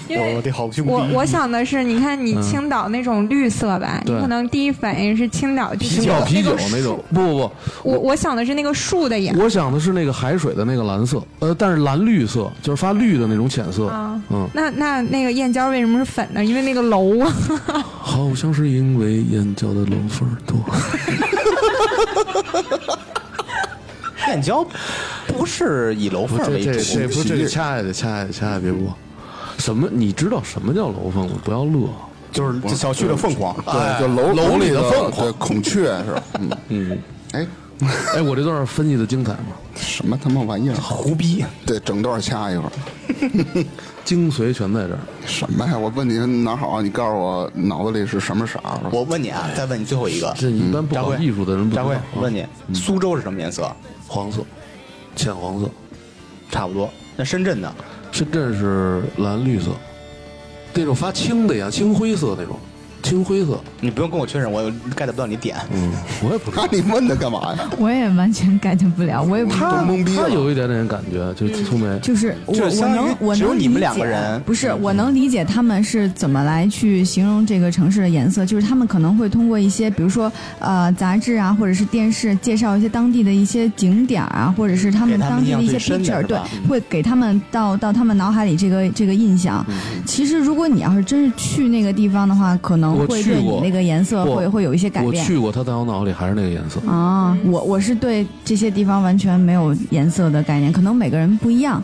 因为
我的好兄
嗯
我
弟，
我想的是，你看你青岛那种绿色吧，你
对
可能第一反应是青岛就
<laughs> 青
是
岛啤酒
个
那种， <laughs> 不不
我我想的是那个树的颜
不，，我想的是那个海水的那个蓝色，呃，但是蓝绿色，就是发绿的那种浅色
啊。
嗯，
那那那个燕郊为什么是粉的？因为那个楼啊，
好像是因为燕郊的楼缝多。
燕郊不是以楼缝
不
为
这
主
这这不这
其
个
实
掐下去，掐下去，掐下去，别播。什么？你知道什么叫楼凤吗？不要乐。
就是这嗯小区的凤凰，
对，就楼
哎楼里的凤凰
对孔雀是吧？嗯嗯，哎，
哎，我这段分析的精彩吗？
什么他妈玩意儿？
胡逼，
对，整段掐一会儿。
精髓全在这儿。
什么呀？我问你哪儿好，你告诉我脑子里是什么色儿？
我问你啊，再问你最后一个，
这一般不
张
搞
辉
艺术的人不知
张
道
辉
啊。，
问你，苏州是什么颜色？
黄色，浅黄色。
差不多。那深圳呢？
深圳是蓝绿色，那种发青的呀，青灰色那种，青灰色。
你不用跟我确认，我 get 不到你点。
嗯，我也不知
<laughs> 那
道。
你问他干嘛呀？
我也完全 get 不了，我也不知
都
道。
<laughs>
懵逼
他
了。
有一点点感觉，就粗眉。
嗯就是我
就是
我
相当于
能我
只有
能
你们
理
两个
解
人嗯
不是我能理解他们是怎么来去形容这个城市的颜色，就是他们可能会通过一些比如说呃杂志啊，或者是电视介绍一些当地的一些景点儿啊，或者是他
给
们
他们
当地
印象
的一
最
些
深的
picture，
是
对
吧，嗯
会给他们到到他们脑海里这个这个印象。
嗯
其实如果你要是真是去那个地方的话，可能
我
会
去
对你
过
那个颜色
不
会会有一些改
我
变。
去过，他在我脑里还是那个颜色。
啊，我我是对这些地方完全没有颜色的概念，可能每个人不一样，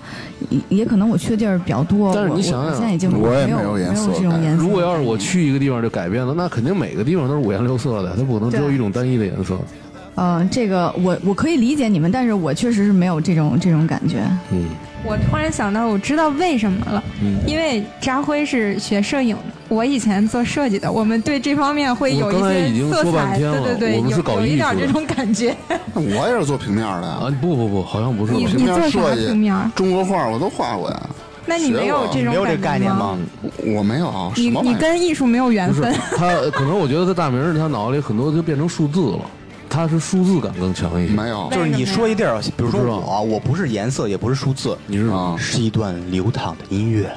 也也可能我去的地儿比较多。
但是
我
你想
我
想
现在已经
我也
没
没有
有
颜色
没有这种
感
颜色。
如果要是我去一个地方就改变了，那肯定每个地方都是五颜六色的，它不可能只有
对
一种单一的颜色。
呃，这个我我可以理解你们，但是我确实是没有这种这种感觉。
嗯，
我突然想到，我知道为什么了，因为扎辉是学摄影的，我以前做设计的，我们对这方面会有一
我刚才已
些
经
色
说半
彩，
天
对
了
对对，
我们是
有
搞
有
艺
一点
术的
这种
<laughs>
感觉。
我也是做平面的
啊
呀，，
不不不，好像不是。
你
我
平
你
面
做啥
设计
平面儿？
中国画我都画过呀。
那你没有这种
没有这个概念
吗？
吗？
我没有啊什
你
么玩
你
意儿。
跟艺术没有缘
不是
分，
他，可能我觉得他大名是他脑子里很多就变成数字了，它是数字感更强一些。
没有，
就是你说一地儿，比如说
不知道
我，我不是颜色，也不是数字，
你是
啊
是一段流淌的音乐。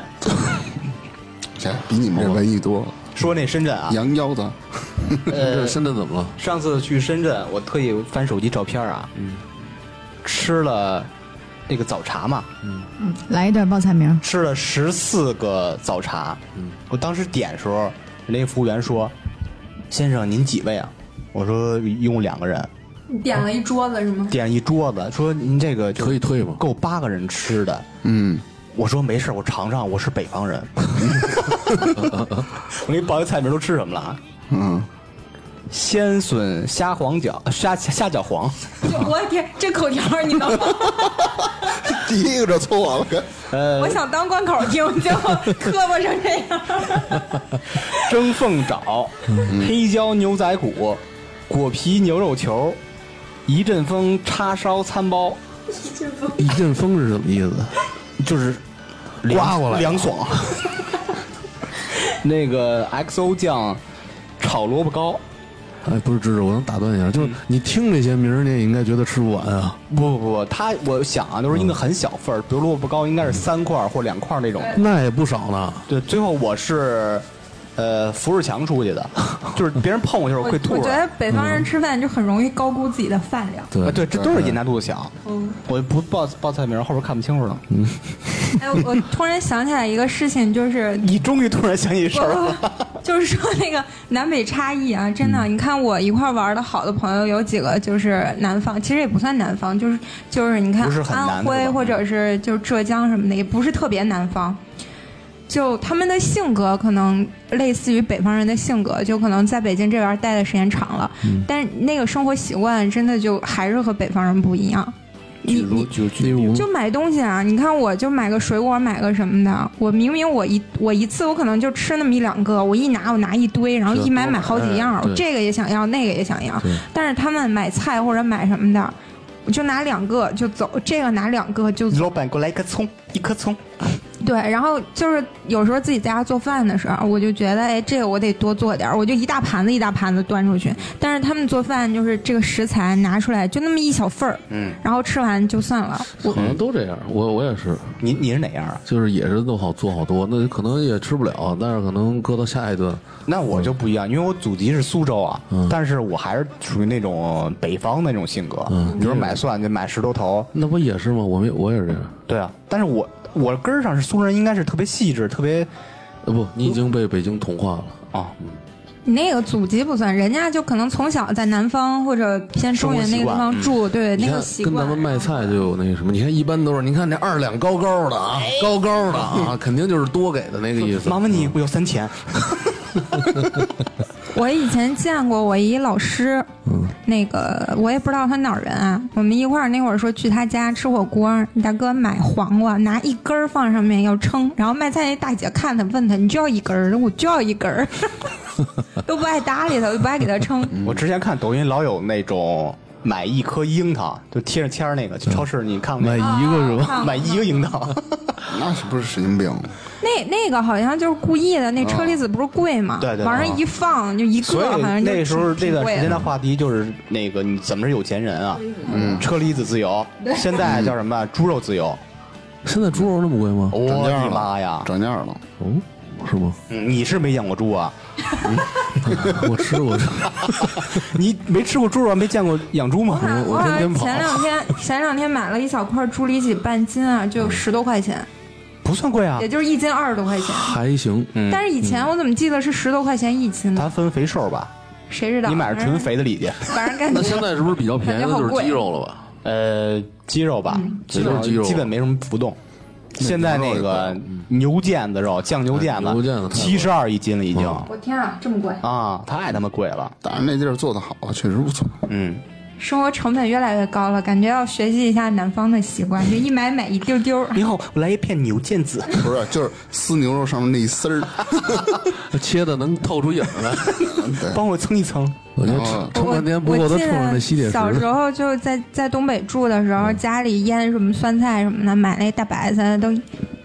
这比你们这文艺多了。
说那深圳啊，
羊腰子，
这深圳怎么了？
上次去深圳，我特意翻手机照片啊，
嗯
吃了那个早茶嘛，
嗯
来一段报菜名，
吃了十四个早茶。
嗯
我当时点的时候，人家服务员说：“先生，您几位啊？”我说：“一共两个人。
点了一桌子是吗”？
点一桌子，说：“您这个就
可以退吗？
够八个人吃的。
嗯，”
我说：“没事，我尝尝，我是北方 <laughs> 人。”我给你报一菜名，都吃什么了啊？
嗯，
鲜笋虾黄饺，虾虾饺黄，
<laughs>
就我天，这口条儿你
<laughs>
能吗？
第一个就凑我了，
呃
我，想当关口听，结果磕巴成这样。
<laughs>
蒸凤爪、黑椒牛仔骨、果皮牛肉球、一阵风叉烧餐包，
一阵风是什么意思？
就是
刮过来
凉 <laughs> 爽。那个 XO 酱炒萝卜糕，
哎，不是，芝芝，我能打断一下，就是你听这些名儿，你也应该觉得吃不完啊。
不不不，它我想啊，就是应该很小份儿，比如萝卜糕应该是三块儿或两块儿那种的。
那也不少呢。
对，最后我是。呃，扶着墙出去的， <laughs> 就是别人碰我一下，我
我
会吐
我
啊
出
觉
来。
得北方
嗯
人吃饭就很容易高估自己的饭
<laughs>
量。
对
啊，对，这都是人家肚子小。
嗯
我不报报菜名，后边看不清楚了。
嗯
哎，我我突然想起来一个事情，就是
你终于突然想起事儿了。
<laughs> 就是说那个南北差异啊，真的，你看我一块儿玩的好的朋友有几个就是南方，其实也不算南方，就是就是你看
不是很南
安
的
徽
吧
或者是就浙江什么的，也不是特别南方。就他们的性格可能类似于北方人的性格，就可能在北京这边待的时间长了，嗯但那个生活习惯真的就还是和北方人不一样。你你
就
例如
就买东西啊，你看我就买个水果，买个什么的，我明明我一我一次我可能就吃那么一两个，我一拿我拿一堆，然后
是
一买
多买
买好几样
哎，对
这个也想要，那个也想要
对，
但是他们买菜或者买什么的，我就拿两个就走，这个拿两个就走，
老板给我来一颗葱，一颗葱。
对，然后就是有时候自己在家做饭的时候，我就觉得，哎，这个我得多做点儿，我就一大盘子一大盘子端出去。但是他们做饭就是这个食材拿出来就那么一小份儿，
嗯，
然后吃完就算了。我
好像都这样，我我也是，
你你是哪样啊？
就是也是弄好做好多，那可能也吃不了，但是可能搁到下一顿。
那我就不一样，因为我祖籍是苏州啊，
嗯
但是我还是属于那种北方那种性格。
嗯
比如买蒜就买石头头，
那不也是吗？我们也我也是这样。
对啊。但是我我根儿上是苏州人，应该是特别细致，特别
呃，不，你已经被北京同化了。
啊，
你那个祖籍不算，人家就可能从小在南方或者偏中原那个地方住，对
你
那
看
个，习
跟
惯。
咱们卖菜就有那什么，你看一般都是，你看那二两高高的啊，高高的啊，肯定就是多给的那个意思。嗯
麻烦你，我要三千。
我以前见过我一老师，
嗯
那个我也不知道他哪儿人啊。我们一块儿那会儿说去他家吃火锅，大哥买黄瓜，拿一根儿放上面要称，然后卖菜那大姐看他问他，你就要一根儿，我就要一根儿， <laughs> 都不爱搭理他，都不爱给他称。
我之前看抖音老有那种买一颗樱桃，就贴上签儿那个，去超市你看过
买
那个
一个是吧？
嗯买一个樱 <laughs> 桃，
那是不是神经病？
那那个好像就是故意的，那车厘子不是贵嘛，
对对对
往上一放就一个，
所
好
以
像就
那时候这
挺
段
贵
时
的
间的话题就是那个你怎么是有钱人啊？嗯，车厘子自由，现在叫什么猪肉自由？
现在猪肉那么贵吗？
涨
嗯我
价
的
了，
妈呀！
涨价了，
哦，是吗？
嗯你是没养过猪啊？
<laughs>
<laughs>
我吃我吃，
你没吃过猪肉，没见过养猪吗？
看
我
好
天天
像
跑
前两
<laughs>
天前两天买了一小块猪里脊半斤啊，就十多块钱，
不算贵嗯啊
也。就是一斤二十多块钱。
还行。
嗯
但是以前我怎么记得是十多块钱一斤
它
呢？
分肥瘦吧？
谁知道？
你买着纯肥的里脊，
反正，反正
那
<laughs>
感
现
觉
在是不是比较便宜的
感觉好
就
贵
是鸡肉了吧？
呃，鸡肉吧，
也就是鸡肉
基本没什么浮动。现在那个牛腱子肉、酱牛腱
哎牛腱
子，
子太贵
七十二一斤了已经
嗯
我天啊，这么贵，
啊，太他妈贵了。
但是那地儿做的好，确实不错。
嗯，
生活成本越来越高了，感觉要学习一下南方的习惯，就一买买一丢
<laughs>
丢。
你好，我来一片牛腱 <laughs> 子。
不是，就是撕牛肉上面那一丝儿，
切的能透出影儿 <laughs> 来。
帮我蹭一蹭。
我觉得
哦
撑撑
我
半天不够，他冲上那吸铁
我记得小时
石。
候就
嗯
在在东北住的时候，家里腌什么酸菜什么的，买那大白菜都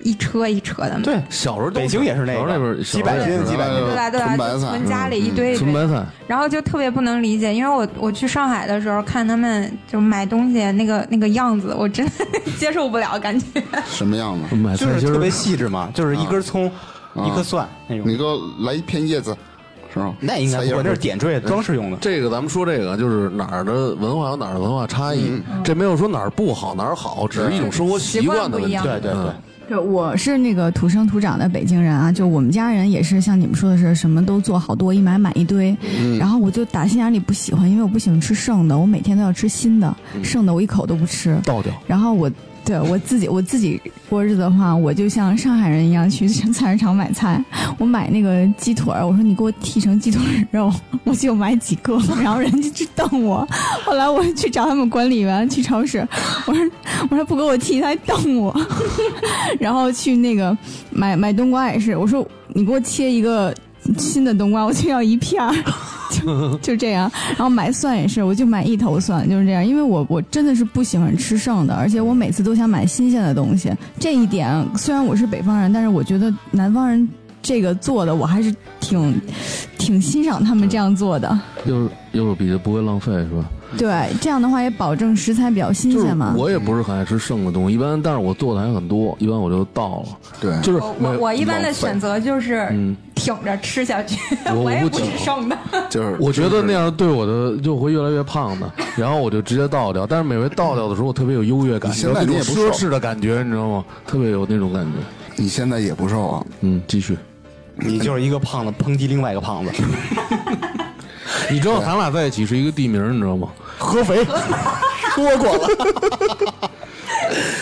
一车一车的嘛。
对，啊
小时候都
北京也是那个
小时候那边儿
几百
小时候也是呃
斤几百斤
对吧？对吧？
纯白
就
嗯
菜
存家里一堆一堆
纯白菜，
然后就特别不能理解，因为我我去上海的时候看他们就买东西那个那个样子，我真的接受不了，感觉
什么样子？
买
就
菜
是
心
特
儿
别细致嘛，就是一根葱、一颗蒜那种。
嗯你给我来一片叶子，是吧？
那应该
菜叶
不会，
儿
那是点缀装饰用的。
这个咱们说这个就是哪儿的文化有哪儿的文化差异，
嗯
这没有说哪儿不好哪儿好，只是一种生活习惯的问题。
习惯不
对对对，
对，我是那个土生土长的北京人啊，就我们家人也是像你们说的是，什么都做好多，一买买一堆。
嗯
然后我就打心眼里不喜欢，因为我不喜欢吃剩的，我每天都要吃新的，
嗯
剩的我一口都不吃。
倒掉。
然后我对我自己我自己过日子的话，我就像上海人一样去菜市场买菜。我买那个鸡腿儿，我说你给我剔成鸡腿肉，我就买几个，然后人家就瞪我。后来我去找他们管理员去超市，我说我说不给我剔，他还瞪我。然后去那个买买冬瓜也是，我说你给我切一个。新的冬瓜，我就要一片儿，就就这样。然后买蒜也是，我就买一头蒜，就是这样。因为我我真的是不喜欢吃剩的，而且我每次都想买新鲜的东西。这一点虽然我是北方人，但是我觉得南方人这个做的，我还是挺挺欣赏他们这样做的。
又是又是比较不会浪费是吧？
对，这样的话也保证食材比较新
就是
鲜嘛。
我也不是很爱吃剩的东西，一般但是我做的还很多，一般我就倒了。
对，
就是
我
没
我
有
我一般
浪
的
费
选择就是
嗯
挺着吃下去，
我我
我也
不
不是
挺
剩的。
就是
我觉得那样对我的就会越来越胖的，然后我就直接倒掉。但是每回倒掉的时候，我特别有优越感，
你现在
有
你
那
也
种
不
奢
瘦
侈的感觉，你知道吗？特别有那种感觉。
你现在也不瘦啊，
嗯，继续。
你就是一个胖子抨击另外一个胖子，
你知道咱俩在一起是一个地名，你知道吗？
合肥说过了，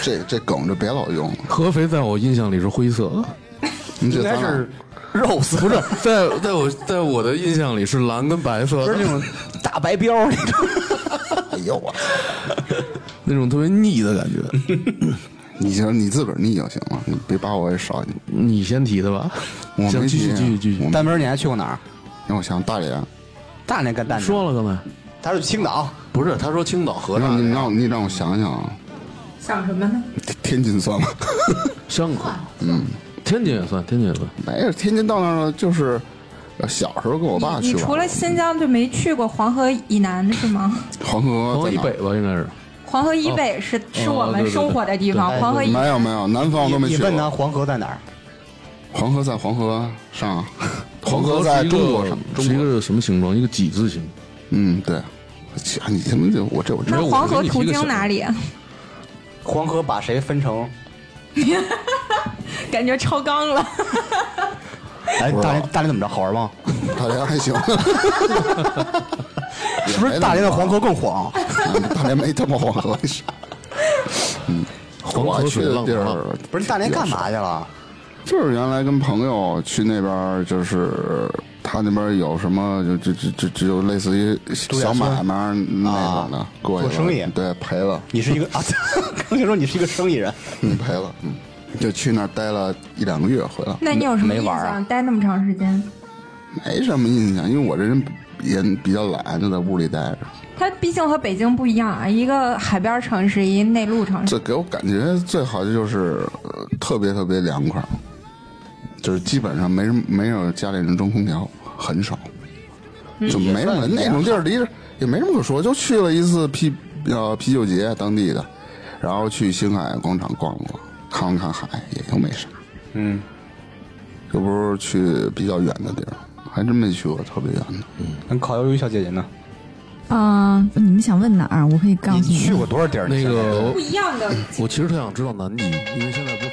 这这梗就别老用了，
合肥在我印象里是灰色的，
你这啊
应该
咱俩
是肉丝，不是
在在我在我的印象里是蓝跟白色
不是那种 <laughs> 大白膘那种。
哎呦我，
那种特别腻的感觉。
你行，你自个儿腻就行了，你别把我给捎进去。
你先提的吧，
我没
行，继续
提
继续继续
我。
大明儿，你还去过哪儿？
让我想大连，
大连干蛋
说了刚才嗯
他是青岛，
不是他说青岛河
让
南
你让我你让我想想啊，
想什么呢？
天 <laughs> 天津算吗？
香河，嗯，天津也算，天津也算。
没有，天津到那儿了就是。呃小时候跟我爸
你
去
你除
玩
了新疆就没去过黄河以南是吗？
黄河
黄河
哦在
以
哪儿
北吧，应该是。
黄河以北是是我
哦对
们
对对
生活的地方，
对
黄河以
没有没有，南方我
你
都没
你
去过。
问他黄河在哪儿？
黄河在黄河上，啊黄
河
河
是
在
一个
中国上，
是一
中国。
个什么形状？一个几字形。
嗯，对。啊，你他妈就我这我知
那
道，
黄河
我给你提
途
个
经
醒
哪里？啊
黄河把谁分成？
感觉超纲了。
哎，
知道
大连大连怎么着？好玩吗？
大连还
<laughs>
行，
是不是大连的黄河更黄？
大连没他妈黄河。 <laughs> 嗯，
黄
我
河
去
水
的
浪
地
花
儿
不是大连干嘛去了？
就是原来跟朋友去那边儿，就是他那边儿有什么，就就就就只有类似于小买卖儿那种的，过去了
啊做生意
对，赔了，
你是一个啊， <laughs> 刚才说你是一个生意人，
嗯，赔了，
<laughs>
嗯，就去那儿待了一两个月，回来
那你有什么
没
印
玩儿啊
象？待那么长时间，
没什么印象，因为我这人也比较懒，就在屋里待着，
它毕竟和北京不一样啊，一个海边儿城市，一内陆城市。
这给我感觉最好的就是、呃特别特别凉快，就是基本上没人没有家里人装空调，很少，就没什么那种地儿离着也没什么可说，就去了一次啤呃啤酒节当地的，然后去星海广场逛了逛，看了看海，也就没啥。
嗯，
这不是去比较远的地儿，还真没去过特别远的。
跟烤鱿鱼小姐姐呢？
嗯、你们想问哪儿？我可以告诉
你
你
去
们。
过多少地儿？
那
你现在
个
不一样的
我其实特想知道南极，因为现在不是